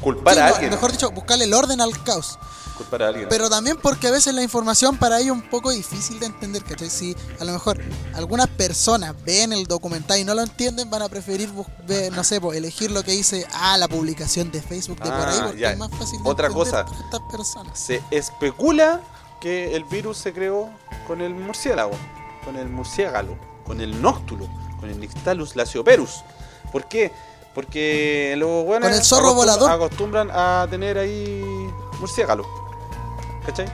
D: Culpar
B: Sí,
D: a
B: no,
D: alguien.
B: Mejor dicho, buscarle el orden al caos.
D: Culpar a alguien.
B: Pero también porque a veces la información para ellos es un poco difícil de entender, ¿cachai? Si a lo mejor algunas personas ven el documental y no lo entienden, van a preferir, bus- ve- no sé, pues, elegir lo que dice, ah, la publicación de Facebook de por ahí,
D: Ah,
B: porque
D: ya.
B: es más fácil de
D: Otra
B: entender
D: cosa.
B: para estas personas.
D: Se especula que el virus se creó con el murciélago, con el murciélago, con el nóctulo, con el Nyctalus lacioperus. ¿Por qué? Porque los buenos
B: Con el zorro volador.
D: acostumbran a tener ahí murciélago. ¿Cachai?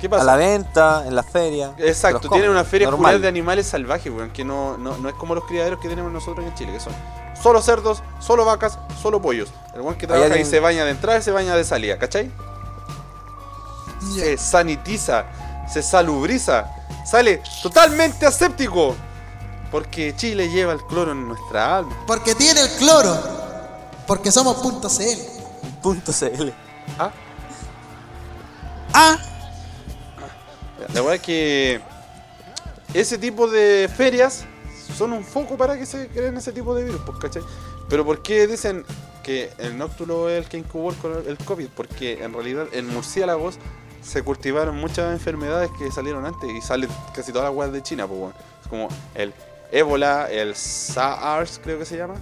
D: ¿Qué pasa?
E: A la venta, en la feria.
D: Exacto, tienen una feria
E: normal.
D: rural de animales salvajes, weón, que no, no, no es como los criaderos que tenemos nosotros en Chile, que son solo cerdos, solo vacas, solo pollos. El weón que trabaja ahí
E: tienen-
D: se baña de entrada y se baña de salida, ¿cachai?
B: Ya.
D: Se sanitiza, se salubriza, sale totalmente aséptico. Porque Chile lleva el cloro en nuestra alma.
B: Porque tiene el cloro. Porque somos punto CL.
E: Punto CL.
D: Ah,
B: Ah,
D: La verdad es que ese tipo de ferias son un foco para que se creen ese tipo de virus, pues, ¿cachai? Pero ¿por qué dicen que el nóctulo es el que incubó el coro- el COVID? Porque en realidad en murciélagos se cultivaron muchas enfermedades que salieron antes y salen casi todas las weas de China, pues, weón. Es como el ébola, el SARS, creo que se llama,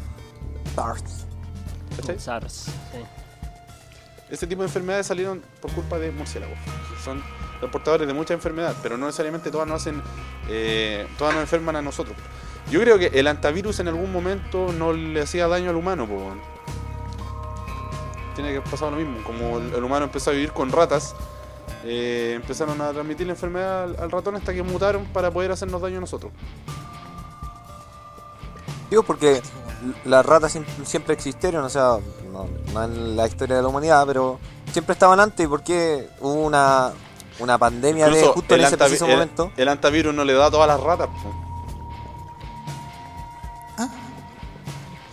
E: Darts.
D: ¿cachai?
C: SARS. sí.
D: Ese este tipo de enfermedades salieron por culpa de murciélagos. Son los portadores de muchas enfermedades, pero no necesariamente todas nos hacen, eh, todas nos enferman a nosotros. Yo creo que el antivirus en algún momento no le hacía daño al humano, po, weón. Tiene que haber pasado lo mismo. Como el, el humano empezó a vivir con ratas, eh, empezaron a transmitir la enfermedad al, al ratón hasta que mutaron para poder hacernos daño a nosotros.
E: Digo porque las ratas siempre, siempre existieron, o sea, no, no en la historia de la humanidad, pero siempre estaban antes. porque hubo una, una pandemia de
D: Incluso
E: justo en ese
D: antavi-
E: preciso
D: el-
E: momento?
D: el antivirus no le da a todas las ratas. po.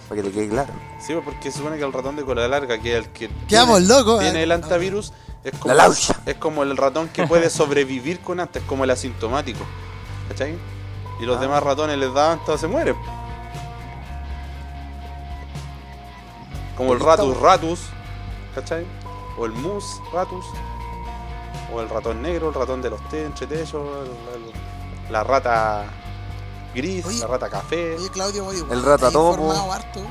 E: Para que te quede claro.
D: Sí, pues, porque se supone que el ratón de cola larga, que es el que
B: Quedamos
D: tiene,
B: locos,
D: tiene
B: eh.
D: el antivirus, es como,
E: La laucha.
D: es como el ratón que puede sobrevivir con anta, es como el asintomático. ¿Cachai? Y los
E: Ah.
D: demás ratones les da anta, se mueren. Como el
E: Listo.
D: ratus ratus, ¿cachai? O el mus ratus. O el ratón negro, el ratón de los té, entre la rata gris,
B: Oye.
D: la rata café.
B: oye Claudio, oye,
E: El ratatopo.
B: has informado harto.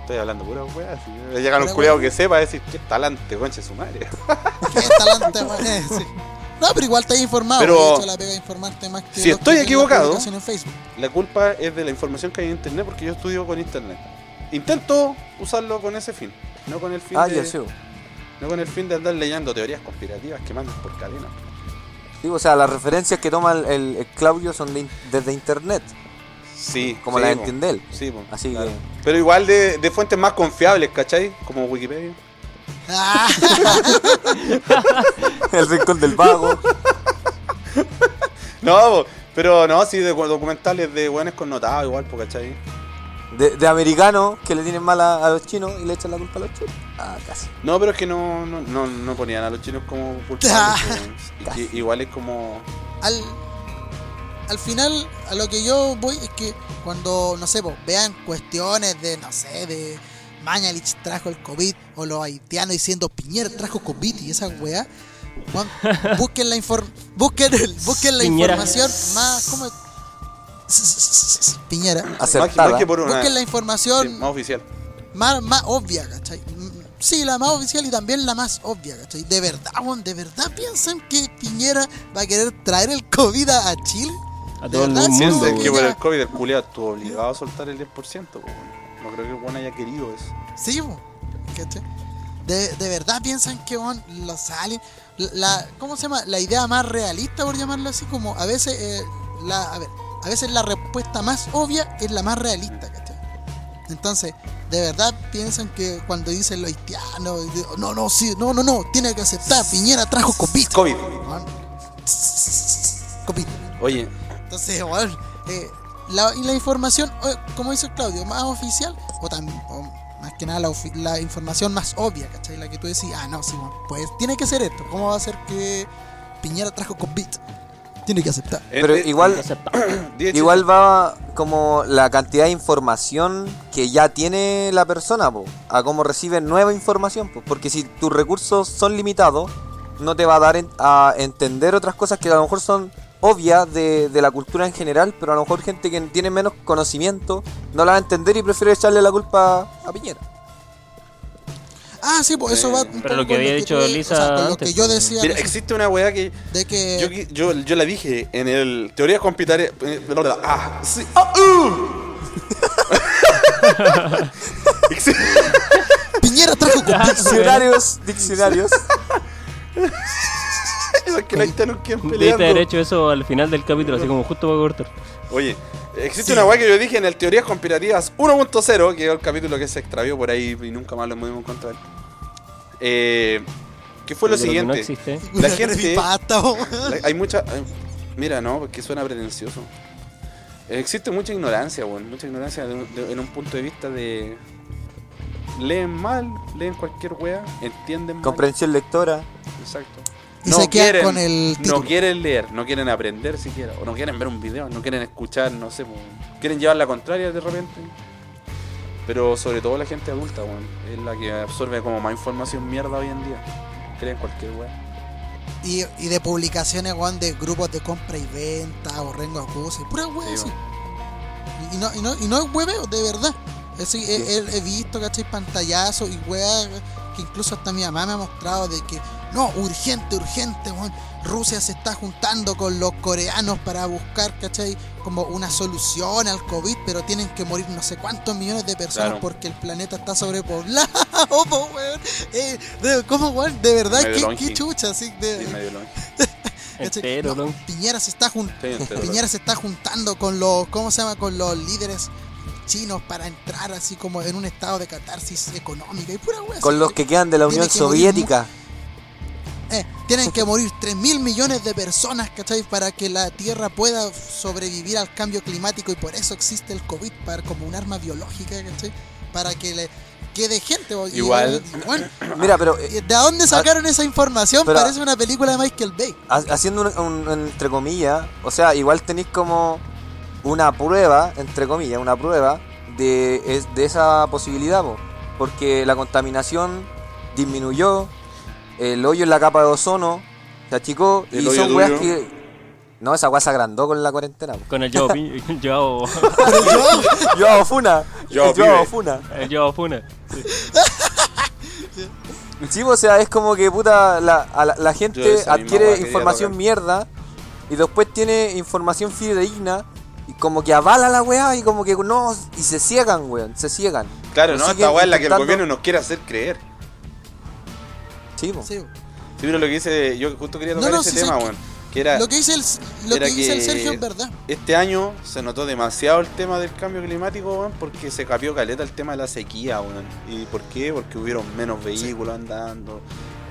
D: Estoy hablando pura weá. Si llegan
B: Pura
D: un culiado
B: weá.
D: que sepa decir que talante, conche su madre.
B: Qué talante, weón. Eh, sí. No, pero igual te has informado.
D: Pero-
B: de hecho, la pega de informarte más que
D: Si
B: los que
D: estoy
B: ven la
D: equivocado-
B: publicación En Facebook.
D: La culpa es de la información que hay en internet porque yo estudio con internet. Intento usarlo con ese fin, no con el fin
E: Ah,
D: de
E: ya sí.
D: no con el fin de andar leyendo teorías conspirativas que mandan por cadena.
E: Digo, o sea, las referencias que toma el, el- el Claudio son de in- desde internet,
D: Sí,
E: como
D: sí,
E: las
D: po.
E: entiende él.
D: Sí, po.
E: Así
D: Claro.
E: que-
D: Pero igual de, de fuentes más confiables, ¿cachai? Como Wikipedia.
B: Ah,
E: El rincón del vago.
D: No, po, pero no, sí, de documentales de buenos connotados igual, po, ¿cachai?
E: De, de americanos que le tienen mal a, a los chinos y le echan la culpa a los chinos. Ah, casi.
D: No, pero es que no, no, no, no ponían a los chinos como culpables. po. Y que igual es como
B: al, al final, a lo que yo voy es que cuando, no sé, pues, vean cuestiones de, no sé, de Mañalich trajo el COVID o los haitianos diciendo Piñera trajo COVID y esa weá. weón, busquen la, infor- busquen el- busquen la
C: Piñera.
B: información más. ¿Cómo es? Piñera.
D: más que,
E: Acertada.
D: más que por una
B: Busquen la
D: sí,
B: información
D: más oficial.
B: más, más obvia, ¿cachai? Mm, Sí, la más oficial y también la más obvia, ¿cachai? De verdad, weón, de verdad piensan que Piñera va a querer traer el COVID a a Chile.
C: A
B: De
C: todo el
B: verdad,
C: mundo,
B: sí,
D: Piensa
B: weón.
D: que por
B: ya-
D: el COVID el culiado estuvo obligado a soltar el 10%, po, weón. No creo que el weón haya querido eso.
B: Sí, po, ¿cachai? De, de verdad piensan que weón, los aliens. La, ¿Cómo se llama? La idea más realista, por llamarlo así, como a veces. eh, la, a ver, a veces la respuesta más obvia es la más realista, ¿cachai? Entonces, de verdad piensan que cuando dicen los haitianos, de- no, no, sí, no, no, no, tiene que aceptar, Piñera trajo COVID.
F: Eh,
D: COVID.
B: weón. COVID.
D: Oye,
B: Entonces, weón, eh, La, y la información, eh, como dice Claudio, más oficial, o, tam- o más que nada la, ofi- la información más obvia, ¿cachai? La que tú decís, ah, no, sí, bueno, pues tiene que ser esto. ¿Cómo va a ser que Piñera trajo COVID? Tiene que aceptar.
D: eh,
E: Pero igual,
C: Aceptado.
F: eh, Diez
E: Igual va como la cantidad de información que ya tiene la persona, po, a cómo recibe nueva información, po, porque si tus recursos son limitados, no te va a dar en- a entender otras cosas que a lo mejor son obvias de, de la cultura en general, pero a lo mejor gente que tiene menos conocimiento no la va a entender y prefiere echarle la culpa a Piñera.
B: Ah, sí, pues eso va. un
C: Pero lo
B: poco
C: que
B: con
C: había
B: tú
C: dicho
B: decías,
C: Lisa
B: o sea, con lo
C: antes,
B: que yo
C: pues.
B: decía,
F: Mira,
B: recién,
F: existe una weá que
B: de que.
F: yo, qui- yo, yo la dije en el Teoría Compitaria. Ah, sí. Ah, uh. Exi-
B: Piñera trajo COVID.
E: Diccionarios, diccionarios.
F: Esos que no están un quien
C: Debiste
F: peleando.
C: haber hecho eso al final del capítulo, así como justo para cortar.
F: Oye, existe una weá que yo dije en el Teorías Conspirativas 1.0, que es el capítulo que se extravió por ahí y nunca más lo pudimos encontrar. Eh, que fue lo
C: Yo creo que no
F: siguiente.
C: existe.
F: La
B: Una
F: gente.
B: creepypasta, bo.
F: La- Hay mucha. hay- mira, no, porque suena pretencioso. Existe mucha ignorancia, weón. Mucha ignorancia de- de- en un punto de vista de. Leen mal, leen cualquier wea, entienden mal.
E: Comprensión lectora.
F: Exacto.
B: Y se quedan con el título.
F: No quieren leer, no quieren aprender siquiera. O no quieren ver un video, no quieren escuchar, no sé. pues, quieren llevar la contraria de repente. Pero sobre todo la gente adulta, weón. Es la que absorbe como más información mierda hoy en día. Creen cualquier wea.
B: Y, y de publicaciones, weón, de grupos de compra y venta, o rengo acusa, y pura weón.
F: Sí,
B: así. Y, y no, y, no, y no es hueveo, de verdad. Es decir, he, he- he visto, ¿cachai? Pantallazos y weas que incluso hasta mi mamá me ha mostrado de que, no, urgente, urgente, weón. Rusia se está juntando con los coreanos para buscar, ¿cachai? Como una solución al COVID, pero tienen que morir no sé cuántos millones de personas
F: Claro.
B: porque el planeta está sobrepoblado, po, weón. Eh, de- ¿Cómo, weón? De verdad,
F: Medio
B: qué,
F: longi.
B: qué chucha, así de.
F: Y medio longe.
B: ¿Cachai?
C: Entero,
B: No,
C: ¿no?
B: Piñera se está jun-
F: Sí, entero,
B: Piñera se está juntando con los ¿cómo se llama? con los líderes chinos para entrar así como en un estado de catarsis económica y pura wea,
E: Con
B: así
E: los que quedan de la
B: Tiene
E: Unión
B: que morir mu-
E: Soviética.
B: eh, tienen que morir 3 mil millones de personas, ¿cachai? Para que la Tierra pueda sobrevivir al cambio climático y por eso existe el COVID para, como un arma biológica, ¿cachai? Para que le quede gente. bo- y-
F: Igual.
B: y, bueno,
E: Mira, pero eh,
B: ¿De dónde sacaron esa información?
E: Pero-
B: Parece una película de Michael Bay.
E: ha- haciendo un, un- entre comillas, o sea, igual tenéis como una prueba, entre comillas, una prueba de, es- de esa posibilidad, po. porque la contaminación disminuyó, el hoyo en la capa de ozono se achicó
F: ¿El
E: y
F: hoyo
E: son weas
F: tuyo?
E: que. No, esa wea se agrandó con la cuarentena. po.
C: Con el Yao Pi- el Yao-
E: Yo hago funa,
F: Yo,
E: yo hago
F: pibe.
E: funa.
C: el Yao Funa.
E: Sí, pues, o sea, es como que puta, la, a la, la
F: Yo
E: gente
F: esa misma hueá
E: adquiere
F: quería
E: información
F: tocar.
E: mierda y después tiene información fidedigna y como que avala la weá y como que no, y se ciegan, weón, se ciegan.
F: Claro,
E: Lo
F: ¿no?
E: siguen
F: Esta weá es la que el
E: intentando.
F: gobierno nos quiere hacer creer.
E: Sí, pues. po.
B: Sí, bo.
F: Sí, pero lo que dice, yo justo quería
B: No,
F: tocar
B: no,
F: ese
B: sí,
F: tema,
B: sí, que-
F: weón. Que era,
B: Lo que dice el, lo
F: era
B: que dice el
F: que-
B: Sergio es verdad.
F: este año se notó demasiado el tema del cambio climático, weón, porque se capió caleta el tema de la sequía, weón. ¿Y por qué? Porque hubieron menos vehículos andando,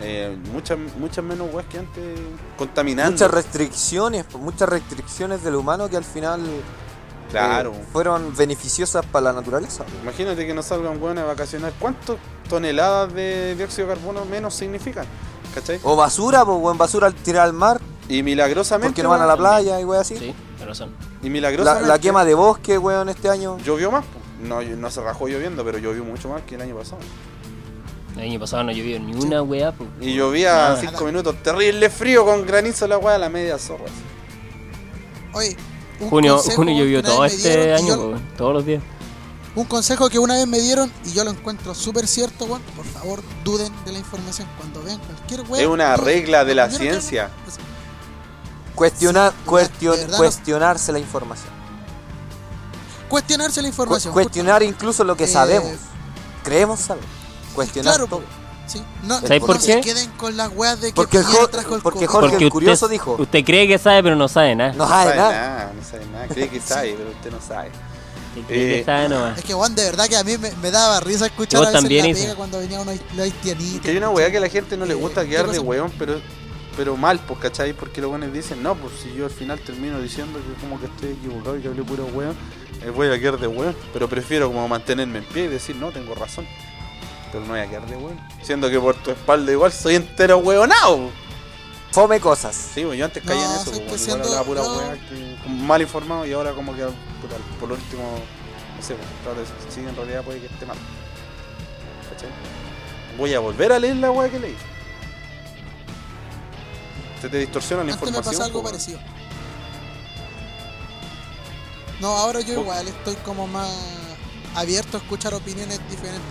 F: eh, muchas, muchas menos weas que antes contaminando.
E: Muchas restricciones, po, muchas restricciones del humano que al final eh,
F: claro.
E: fueron beneficiosas para la naturaleza. weón.
F: Imagínate que no salgan weones a vacacionar. ¿Cuántas toneladas de dióxido de carbono menos significan? ¿Cachai?
E: O basura, pues, weón, basura al tirar al mar,
F: Y milagrosamente.
E: porque no van a la
F: weón,
E: playa y weón así.
C: Sí, pero razón.
F: Y
E: La,
F: milagrosamente.
E: la quema de bosque, weón, este año.
F: Llovió más. po. No, no se rajó lloviendo, pero llovió mucho más que el año pasado.
C: El año pasado no llovió ni una wea. pues.
F: Y llovía
C: Nada.
F: 5 minutos. Terrible frío con granizo la weá, la media zorra. así.
B: Oye, un
C: Junio,
B: consejo
C: junio llovió
B: que una
C: todo
B: vez me
C: este
B: dieron y
C: año,
B: yo-
C: pues, todos los días.
B: un consejo que una vez me dieron y yo lo encuentro súper cierto, weón. Por favor, duden de la información cuando vean cualquier weón.
F: Es una regla de la ciencia.
E: Cuestionar,
B: Sí,
E: cuestion-
B: de verdad no-
E: cuestionarse la información.
B: Cuestionarse la
E: Cu-
B: información.
E: cuestionar incluso lo que
B: Eh,
E: sabemos. Creemos saber. Cuestionar
B: claro,
E: todo.
B: Sí, no,
E: ¿Sabes
B: no
E: por
B: se
C: qué?
B: queden con las weas de que
E: Porque
B: Piñera
E: Jo-
B: trajo el
E: porque
B: COVID.
E: Jorge el
C: usted-
E: Curioso dijo.
C: Usted cree que sabe, pero no sabe nada.
E: No sabe nada.
F: no sabe nada. Cree que sabe, pero usted no sabe.
C: Usted cree
F: Eh,
C: que sabe nomás.
B: Es que, weón, de verdad que a mí me, me daba risa escuchar
C: Vos
B: a veces
C: también,
B: la
C: Isa.
B: pega cuando venía uno los haitianitos.
F: Que hay una weá que a la gente no le gusta
B: Eh,
F: quedar
B: ¿qué
F: de
B: cosa?
F: weón, pero pero mal, pues, ¿cachai? Porque los buenos dicen, no, pues si yo al final termino diciendo que como que estoy equivocado y que hablé puro weón, eh, voy a quedar de weón. Pero prefiero como mantenerme en pie y decir, no, tengo razón. Pero no voy a quedar de weón. Siendo que por tu espalda igual soy entero weonado.
E: Fome cosas.
F: Sí, pues yo antes caía
B: No,
F: en eso,
B: sí,
F: pues,
B: que
F: igual
B: siendo-
F: hablaba pura
B: no.
F: weá, que- como mal informado y ahora como que puta, por último, no sé, pues, trato de decir, sí, en realidad puede que esté mal. ¿Cachai? Voy a volver a leer la weá que leí. Se te distorsiona la
B: Antes me
C: pues,
F: información.
B: pasó algo
F: po, weón.
B: parecido. No, ahora yo
F: Oh.
B: igual estoy como más abierto a escuchar opiniones diferentes.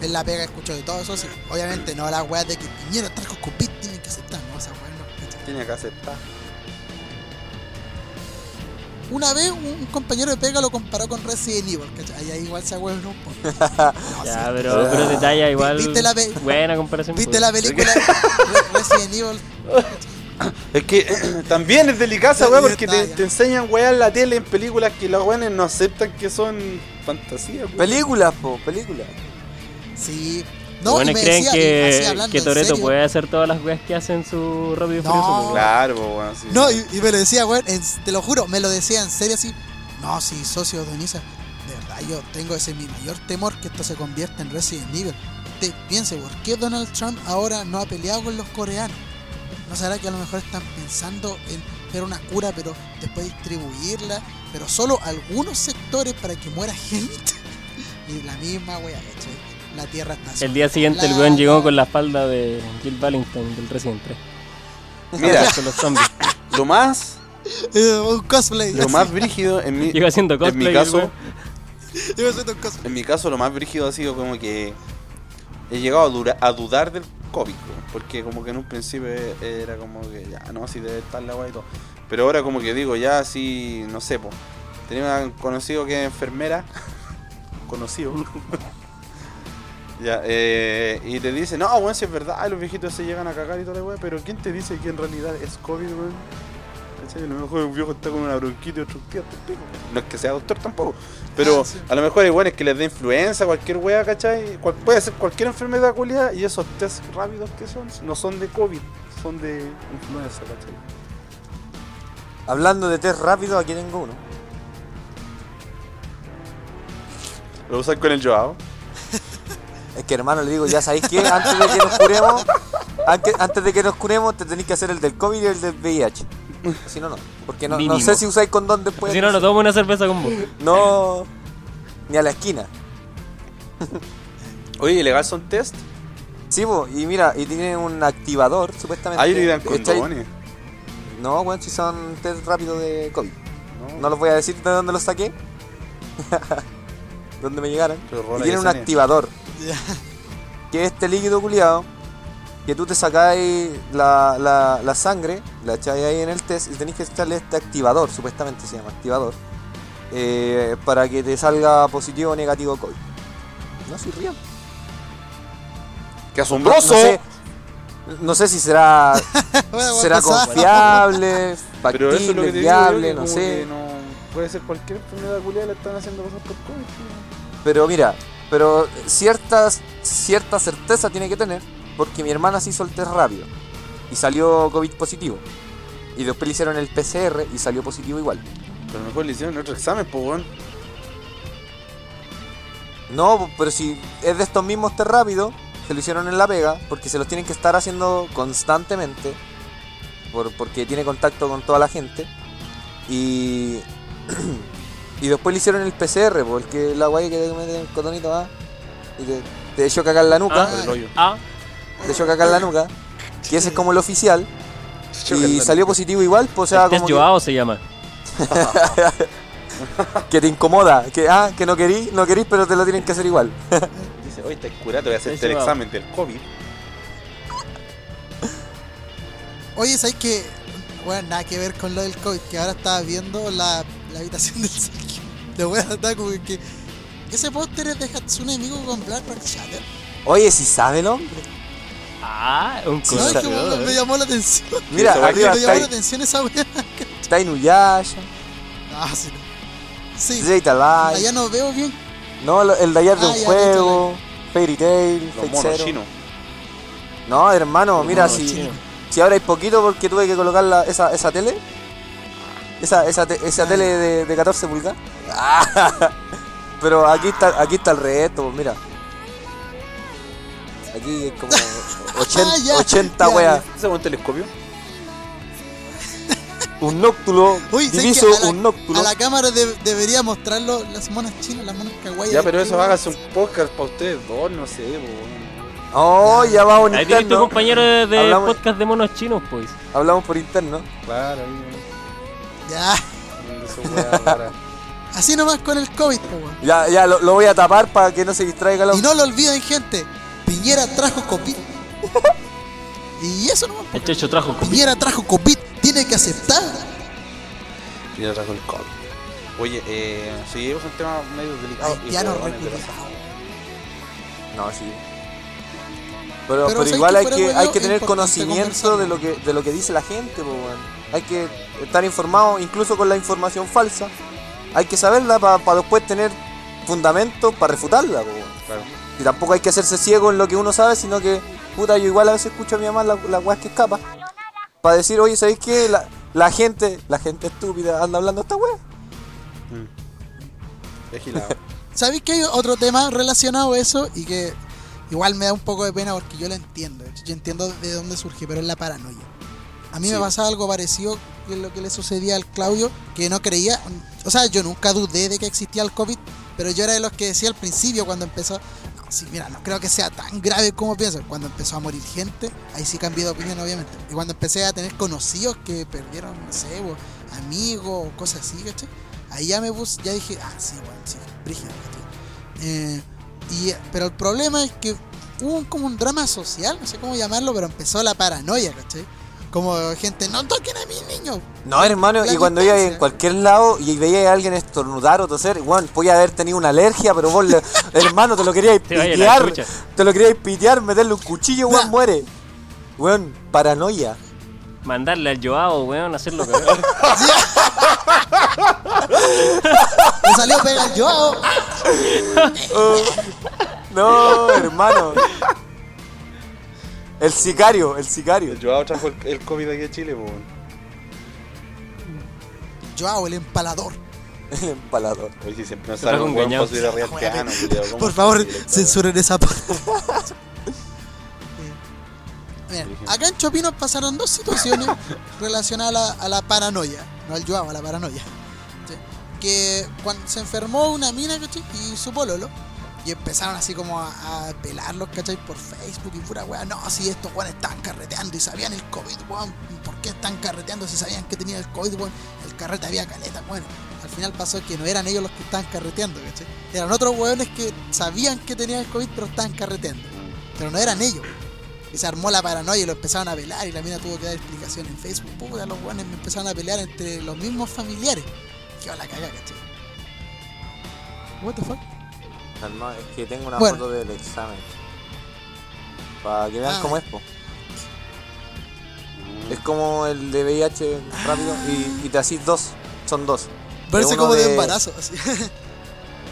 B: En la pega escucho de todo eso, sí. Obviamente no las weas de que Piñera está con Cupid, tienen que aceptar, no, esas weas no, ¿cachai?
F: Tiene que aceptar.
B: Una vez un, un compañero de pega lo comparó con Resident Evil, ¿cachai? Ahí igual se weón no un poco. No,
C: Ya,
B: Ah, sí.
C: pero, pero te talla igual.
B: ¿Viste la ve-
C: Buena comparación.
B: ¿Viste
C: pues.
B: la película Re- Resident Evil?
F: Es que también es delicada,
B: Ya,
F: weá,
B: ya
F: porque
B: está,
F: te,
B: ya.
F: te enseñan weá en la tele en películas que los weones no aceptan que son fantasías, weón.
E: Películas, po, películas.
B: Sí.
C: Los
B: No, y
C: buenos
B: me
C: creen
B: decía, y así
C: que,
B: hablando
C: que
B: en
C: Toreto
B: serio.
C: puede hacer todas las weas que hacen su Rápido y
B: No.
C: Furioso. pues, weón.
F: Claro, po, weón. sí.
B: No, y, y me lo decía, weón, en- te lo juro, me lo decía en serio así. No, sí, socio Donisa, de verdad yo tengo ese mi mayor temor que esto se convierta en Resident Evil. Te, piense, ¿por qué Donald Trump ahora no ha peleado con los coreanos? ¿No será que a lo mejor están pensando en hacer una cura, pero después distribuirla, pero solo algunos sectores para que muera gente? y la misma wea, ¿cachai? La tierra está
C: El día siguiente el weón llegó con la espalda de Jill Valentine del Resident 3.
F: Mira,
C: Con los zombies.
F: lo más,
B: Eh, un cosplay.
F: lo más brígido en mi,
C: Llegó haciendo
F: en
C: cosplay.
F: mi
C: el
F: caso,
C: weón.
B: Yo siento un cosplay.
F: en mi caso lo más brígido ha sido como que he llegado a, dura- a dudar del COVID, weón, porque como que en un principio e- era como que ya, no, si debe estar la weá y todo. Pero ahora como que digo, ya si, no sé, po, tenía un conocido que es enfermera, conocido, ya, eh, y te dice, no, weón, si es verdad, los viejitos se llegan a cagar y toda la weá, pero ¿quién te dice que en realidad es COVID, weón? ¿Cachai? A lo mejor un viejo está con una bronquitis obstructiva, te pico. No es que sea doctor tampoco, pero
B: Ah, sí.
F: a lo mejor hay weones que les dé influenza, cualquier weá, ¿cachai? Cual- puede ser cualquier enfermedad culiada y esos test rápidos que son, no son de COVID, son de influenza, ¿cachai?
E: Hablando de test rápido, aquí tengo uno.
F: Lo usan con el Joao.
E: Es que hermano, le digo, ya sabéis que antes de que nos curemos, antes, antes de que nos curemos, te tenéis que hacer el del COVID y el del VIH. Si no, no. Porque no, no
C: Mínimo.
E: sé si usáis condón después.
C: Si no, no tomo una cerveza con vos.
E: No. Ni a la esquina.
F: Oye, ¿ilegal son test?
E: Sí, po, y mira, y tiene un activador, supuestamente.
F: Ahí le dirán
E: Echáis-
F: condones.
E: No, bueno, si son test rápido de COVID. No les voy a decir de dónde los saqué. dónde me llegaron.
F: Pero
E: Y
F: rola
E: tiene
F: que
E: un
F: sane.
E: activador. Que es este líquido culiado. Que tú te sacáis la, la, la sangre, la echáis ahí en el test y tenéis que echarle este activador, supuestamente se llama activador. eh, para que te salga positivo o negativo COVID. No soy río.
F: ¡Qué
E: No
F: asombroso!
E: sé, no sé si será
B: Bueno,
E: será
B: pasaba.
E: confiable,
F: Pero eso es lo
E: factible,
F: que te digo yo,
E: viable,
F: que
E: no
F: como que
E: sé.
F: no puede ser cualquier enfermedad culiada, le están haciendo cosas por COVID. tío.
E: Pero mira, pero ciertas, cierta certeza tiene que tener, porque mi hermana se hizo el test rápido y salió COVID positivo. Y después le hicieron el PCR y salió positivo igual.
F: Pero a lo mejor le hicieron otro examen, pues, weón.
E: No, pero si es de estos mismos test rápidos, se lo hicieron en la pega, porque se los tienen que estar haciendo constantemente, por- porque tiene contacto con toda la gente. Y, y después le hicieron el PCR, porque la guay que te mete el cotonito va y te, te echó cagar la nuca,
F: Por el hoyo.
C: Ah,
E: te echó cagar la nuca, que ese es como el oficial, y salió positivo igual, pues, o sea,
C: el test
E: como que,
C: Este Joao se llama.
E: que te incomoda, que, ah, que no querís, no querís, pero te lo tienen que hacer igual.
F: Dice, oye, te curado, voy a hacerte
C: Ese
F: el
C: va.
F: examen del COVID.
B: Oye, ¿sabes que Bueno, nada que ver con lo del COVID, que ahora estaba viendo la, la habitación del Sergio. De weón, está como que. Ese póster es de Hatsune Miku con Black Rock Shatter.
E: Oye, si sabe el hombre.
C: Ah, un
E: Sí,
B: No, es que
E: sabe,
B: me,
C: eh.
B: me llamó la atención.
E: Mira,
F: esa guay
E: arriba
B: me
E: está
B: llamó la
E: ahí.
B: atención esa weá.
E: Está Inuyasha,
B: Ah, sí. Sí,
E: Data
B: allá
E: Live,
B: no veo bien.
E: no, lo- el Dayar de
B: Ah,
E: un
B: ya,
E: juego, Fairy Tail,
F: Los
E: Fate
F: monos
E: Zero.
F: chinos.
E: No, hermano, mira,
C: monos
E: si,
C: chinos.
E: Si ahora hay poquito porque tuve que colocar la- esa, esa tele. Esa, esa, te-
B: Ah,
E: esa tele de, de 14 pulgadas. Pero aquí está, aquí está el reto, pues, mira. Aquí hay como 80,
B: Ah, Ya,
E: 80
B: ya,
E: weas.
F: ¿Se un telescopio?
E: Un nóctulo.
B: Uy, ¿sabes
E: diviso,
B: qué? a la,
E: un nóctulo.
B: a la cámara de- debería mostrarlo las monas chinas, las monas kawaii.
F: Ya, pero eso
B: hagas
F: hágase un podcast para ustedes dos, no sé, po, weón.
E: Oh, ya vamos en
C: Ahí tienes tu
E: interno.
C: compañero de, de
E: Hablamos-
C: podcast de monos chinos, pues.
E: Hablamos por interno.
F: Claro, ahí, weón.
B: Ya,
F: Hablando esa weá rara.
B: así nomás con el COVID, po, weón.
E: Ya, ya, lo, lo voy a tapar para que no se distraiga la...
B: Y no lo olviden, gente. Piñera trajo COVID. y eso nomás. po.
C: El checho trajo comida.
B: Piñera trajo COVID. Tiene que aceptar.
F: Mira, trajo el COVID. Oye, eh, sí, es un tema medio delicado. y
B: Oh, ya no
F: huevones de
B: recuerdo.
F: raza.
E: No, sí. Pero,
B: Pero
E: pero
B: ¿sabes
E: igual
B: qué?
E: hay
B: Fuera
E: que,
B: weón,
E: hay
B: es
E: que tener
B: importante
E: conocimiento
B: conversarlo.
E: de lo que, de lo que dice la gente, po, weón. Hay que estar informado, incluso con la información falsa. Hay que saberla para después tener fundamentos para refutarla, po, weón.
F: Claro.
E: Y tampoco hay que hacerse ciego en lo que uno sabe, sino que, puta, yo igual a veces escucho a mi mamá la, la weá que escapa. Para decir, oye, ¿sabéis qué? La, la gente, la gente estúpida anda hablando esta weá.
F: Vigilado.
B: ¿Sabéis que hay otro tema relacionado a eso y que igual me da un poco de pena porque yo lo entiendo? Yo entiendo de dónde surge, pero es la paranoia. A mí me pasaba algo parecido que lo que le sucedía al Claudio, que no creía, o sea, yo nunca dudé de que existía el COVID, pero yo era de los que decía al principio cuando empezó, no, sí, mira, no creo que sea tan grave como piensan. Cuando empezó a morir gente, ahí sí cambié de opinión, obviamente. Y cuando empecé a tener conocidos que perdieron, no sé, bo, amigos, o cosas así, ¿cachai? Ahí ya me puse, ya dije, ah, sí, bueno, sí, brígido, ¿cachai? Eh, y, pero el problema es que hubo un- como un drama social, no sé cómo llamarlo, pero empezó la paranoia, ¿cachai? Como gente, no toquen a mis niños.
E: No, hermano,
B: La
E: y cuando iba en
B: distancia.
E: cualquier lado y veía a alguien estornudar o toser, bueno, podía haber tenido una alergia, pero vos, le- hermano, te lo querías
C: Te vaya la
E: pitear,
C: chucha.
E: te lo querías pitear, meterle un cuchillo, weón,
B: Nah.
E: muere. Weón, paranoia.
C: Mandarle al Joao, weón, hacerlo cagar.
B: Me salió pegar yo. ah,
E: Oh, no, hermano. El sicario, el sicario.
F: El Joao trajo el, el COVID aquí a Chile, po, weón.
B: Yo hago el empalador.
E: El empalador.
F: Oye, si siempre nos
C: Te trajo
F: sale un
C: un
F: weón
C: gañán.
F: para subir arriba al piano, culiao, ¿cómo
B: Por favor,
F: es posible,
B: censuren esa parte. Mira, acá en Chopinos pasaron dos situaciones relacionadas a la, a la paranoia. No al Joao, a la paranoia. ¿Sí? Que cuando se enfermó una mina, ¿cachai? Y su pololo. Y empezaron así como a, a pelarlos, ¿cachai? Por Facebook y pura weá. No, si estos weón están carreteando y sabían el COVID, weón. ¿Por qué están carreteando si sabían que tenían el COVID, weón? El carrete había caleta. Bueno, al final pasó que no eran ellos los que estaban carreteando, ¿cachai? Eran otros weones que sabían que tenían el COVID, pero estaban carreteando. Pero no eran ellos. Y se armó la paranoia y lo empezaron a pelar y la mina tuvo que dar explicación en Facebook. Puta, los weones me empezaron a pelear entre los mismos familiares. Qué la cagada, ¿cachai? What the fuck?
E: Calma, es que tengo una
B: Bueno.
E: foto del examen. Para que vean
B: Ah.
E: cómo es, po. Es como el de VIH rápido y, y te haces dos. Son dos.
B: Parece
E: uno
B: como de,
E: de-
B: embarazo. así.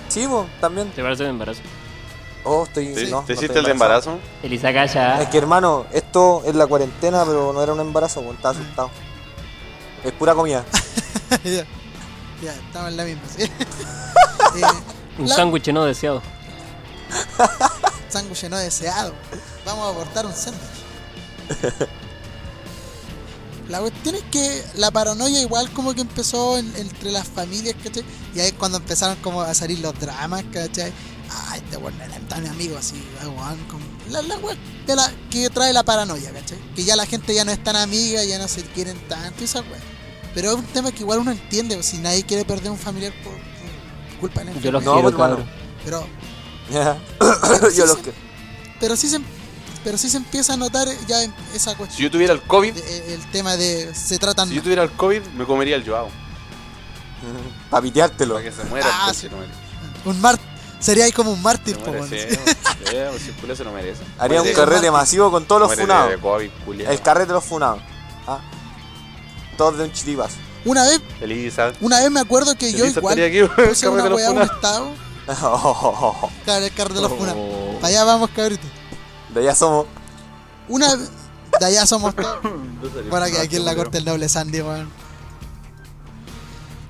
E: Sí, po, también.
C: Te parece un embarazo.
E: Oh, estoy.
F: ¿Te,
E: no, no
F: te hiciste
E: estoy
F: el de
E: embarazado.
F: embarazo?
C: Elisa Calla.
E: Es que hermano, esto es la cuarentena, pero no era un embarazo, po, estaba asustado. Es pura comida.
B: ya, ya, estamos en la misma. ¿sí? Eh,
C: Un
B: la-
C: sándwich no deseado.
B: sándwich no deseado. Vamos a abortar un sándwich. La cuestión es que la paranoia igual como que empezó en- entre las familias, ¿cachai? Y ahí es cuando empezaron como a salir los dramas, ¿cachai? Ah, este weón no era tan mi amigo así, ah, weón, como- la, la weón de la- que trae la paranoia, ¿cachai? Que ya la gente ya no es tan amiga, ya no se quieren tanto, esa weón. Pero es un tema que igual uno entiende, pues, si nadie quiere perder un familiar por, por culpa de la
C: Yo los
E: No,
C: quiero,
E: pues, hermano.
C: cabrón.
B: Pero
E: Yo los que.
B: pero sí se pero sí se empieza a notar ya en esa
F: Si
B: cuestión
F: yo tuviera el COVID,
B: de- eh, el tema de se tratan
F: si yo
B: mal.
F: tuviera el COVID, me comería el Joao.
E: Para piteártelo.
F: Para que se muera,
B: Ah,
F: pues,
B: sí.
F: si no merece.
B: un mar sería ahí como un mártir po,
F: Se
B: weón.
F: merece, sí, pues, si el culiao se lo merece.
E: Haría un
F: Muere-
E: carrete masivo con todos los
F: muere de
E: funados.
F: COVID, culiao.
E: El carrete de los funados. Ah. Todos de un chiripas.
B: una vez
F: Elisa.
B: una vez me acuerdo que yo
F: Elisa estaría
B: igual
F: aquí, weón,
B: puse
F: carrete
B: una
F: de los
B: weá un
F: funados.
B: estado
E: De
F: Oh.
B: claro, el carro de los funas para allá vamos cabrito
E: allá somos.
B: una de De allá somos todos.
F: No salió
B: Bueno, aquí,
F: nada,
B: aquí en la
F: pero-
B: corte el doble Sandy, weón.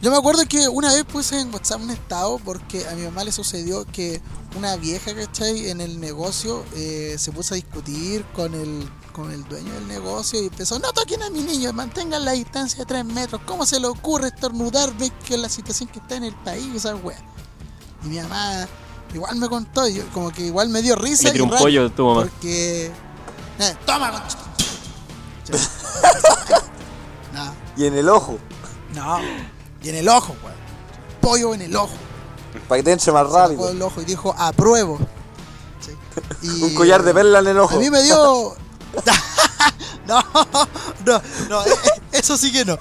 B: Yo me acuerdo que una vez puse en WhatsApp un estado porque a mi mamá le sucedió que una vieja, ¿cachai? En el negocio eh, se puso a discutir con el, con el dueño del negocio y empezó, no toquen a mi niño, mantengan la distancia de 3 metros, ¿cómo se le ocurre estornudar? Ve que la situación que está en el país, esa weá. Y mi mamá igual me contó, y yo, como que igual me dio risa.
C: Me tiró
B: y
C: un
B: rabia,
C: pollo tu mamá.
B: Porque... eh, toma, concha- No,
E: Y en el ojo,
B: no. Y en el ojo, weón. Pollo en el ojo.
E: para que te entre más
B: Se sacó
E: rápido.
B: el ojo y dijo, apruebo. Sí. Y-
E: Un collar de perla en el ojo.
B: A mí me dio... no, no, no, eh, eh, eso sí que no.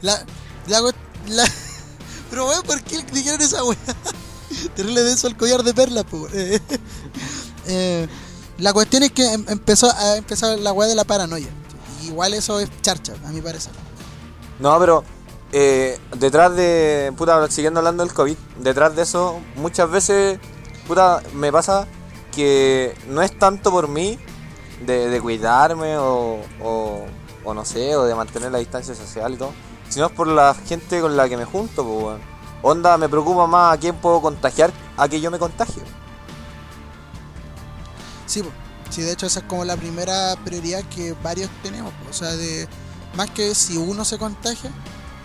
B: la, la, we- la- Pero weón, ¿por qué dijeron esa weá? Terrible denso el collar de perlas, po, eh. Eh, la cuestión es que em- empezó a empezar la weá de la paranoia. Igual eso es charcha, a mi parecer.
E: No, pero eh, detrás de. Puta, siguiendo hablando del COVID, detrás de eso, muchas veces, puta, me pasa que no es tanto por mí de, de cuidarme o, o- o no sé, o de mantener la distancia social y todo, sino es por la gente con la que me junto, pues, weón. Onda, me preocupa más a quién puedo contagiar a que yo me contagio.
B: Sí, po. sí, de hecho esa es como la primera prioridad que varios tenemos. po. O sea, de más que si uno se contagia,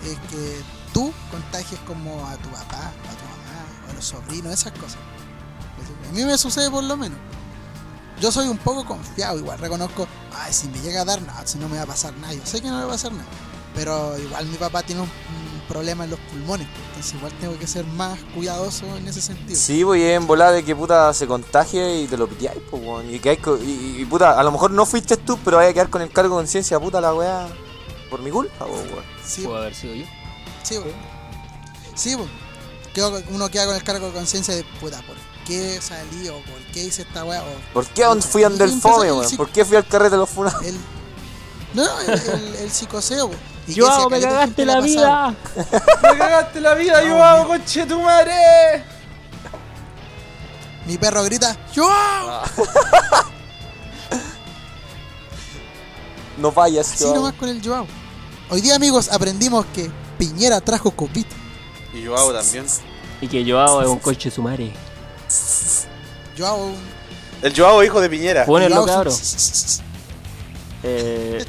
B: es que tú contagies como a tu papá, a tu mamá, a los sobrinos, esas cosas. A mí me sucede por lo menos. Yo soy un poco confiado, igual reconozco, ay, si me llega a dar nada, si no me va a pasar nada, yo sé que no me va a pasar nada. Pero igual mi papá tiene un, un problema en los pulmones, po. entonces igual tengo que ser más cuidadoso en ese sentido.
E: Sí, pues y es en volada de que puta se contagie y te lo piteáis, pues, weón. Y, que hay co- y, y, puta, a lo mejor no fuiste tú, pero vaya a quedar con el cargo de conciencia, puta la weá, por mi culpa, po, weón.
B: Sí, po.
C: Pudo haber sido yo.
B: Sí, bo. Sí, bo. Quedo con- uno queda con el cargo de conciencia de puta, ¿por qué salí o por qué hice esta weá? O
E: ¿Por qué aún fui ande el
B: Empezó
E: fome,
B: el
E: weón?
B: cic-
E: ¿Por qué fui al carrete de los funados?
B: el. No, no, el, el, el psicoseo, bo. Y que si a
C: ¡Yo, me
B: caleta de
C: cagaste
B: gente le
C: la
B: ha pasado.
C: vida!
F: ¡Me cagaste la vida, yo hago coche tu madre!
B: Mi perro grita, ¡Yo!
E: No vayas,
B: Así
E: yo.
B: nomás con el Joao. Hoy día, amigos, aprendimos que Piñera trajo copita.
F: Y yo hago también.
C: Y que yo hago es un coche sumare.
B: Joao.
D: El Joao, hijo de Piñera.
C: Ponelo,
B: Joao-
C: cabrón. Eh,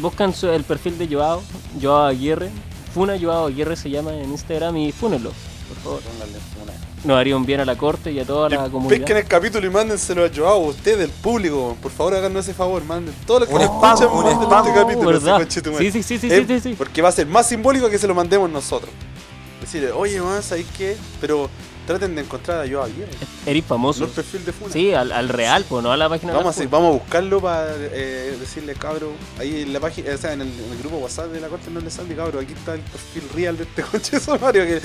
C: buscan su- el perfil de Joao, Joao Aguirre. Funa Joao Aguirre se llama en Instagram y fúnenlo, por favor. Nos haría un bien a la corte y a toda la
D: Pesquen
C: comunidad.
D: el capítulo y mándenselo a Joao, usted, el público. Por favor, háganos ese favor, manden. Todos los que
E: Un
D: nos
E: spam,
D: escuchan,
E: un
D: manden
E: spam.
D: este capítulo. ese
C: ¿Verdad?
D: conchetumare.
C: Sí, sí, sí, sí,
D: Eh,
C: sí, sí.
D: Porque va a ser más simbólico que se lo mandemos nosotros. Decirle, oye, man, ¿sabéis qué? Pero traten de encontrar a Joao Aguirre.
C: Eres
D: No
C: famoso.
D: el perfil de Funa.
C: Sí, al, al real, pues no a la página de la
D: Vamos a, hacer-
C: Funa.
D: vamos a buscarlo para eh, decirle, cabro, ahí en la página, o sea, en el, en el grupo WhatsApp de la corte no le sale, cabro, aquí está el perfil real de este coche sumario que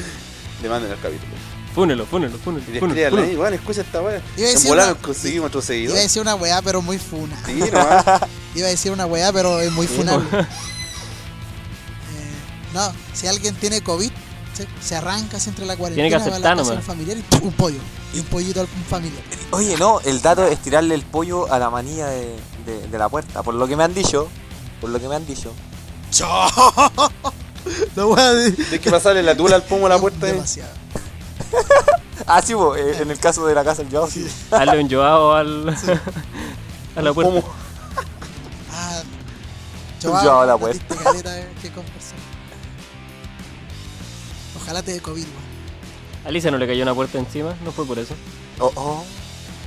D: le manden el capítulo.
C: Fúnelo, fúnelo, fúnelo,
D: Y
C: fúnelo,
D: descríbanle,
C: fúnelo.
D: ahí, bueno, escucha esta weá.
B: Iba a
D: En
B: decir
D: volar
B: una-
D: nos conseguimos otro
B: Iba
D: seguidor.
B: a decir una weá, pero muy funa.
D: Sí, nomás.
B: Iba a decir una weá, pero es muy funable. Eh, no, si alguien tiene COVID, se, se arranca así entre la cuarentena,
C: que
B: va a
C: aceptar
B: la casa de
C: nomás.
B: un familiar y ¡pum! un pollo. Y un pollito a un familiar.
E: Oye, no, el dato es tirarle el pollo a la manía de, de- de la puerta. Por lo que me han dicho, por lo que me han dicho.
B: La weá de...
D: Tienes que pasarle la tula al pomo a la puerta. eh.
B: Demasiado.
E: Ah, sí, po, eh, en el caso de la casa del Joao, sí.
C: Hazle un Joao al, a la puerta.
D: Pomo.
B: Ah,
E: Yo a la
B: nos
E: puerta.
B: diste caleta, eh, que conversar. Ojalá te dé COVID, weón.
C: Alicia no le cayó una puerta encima, no fue por eso.
E: Oh, oh.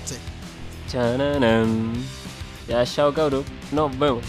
B: Sí.
C: Chananam. Ya, chao, cabro. Nos vemos.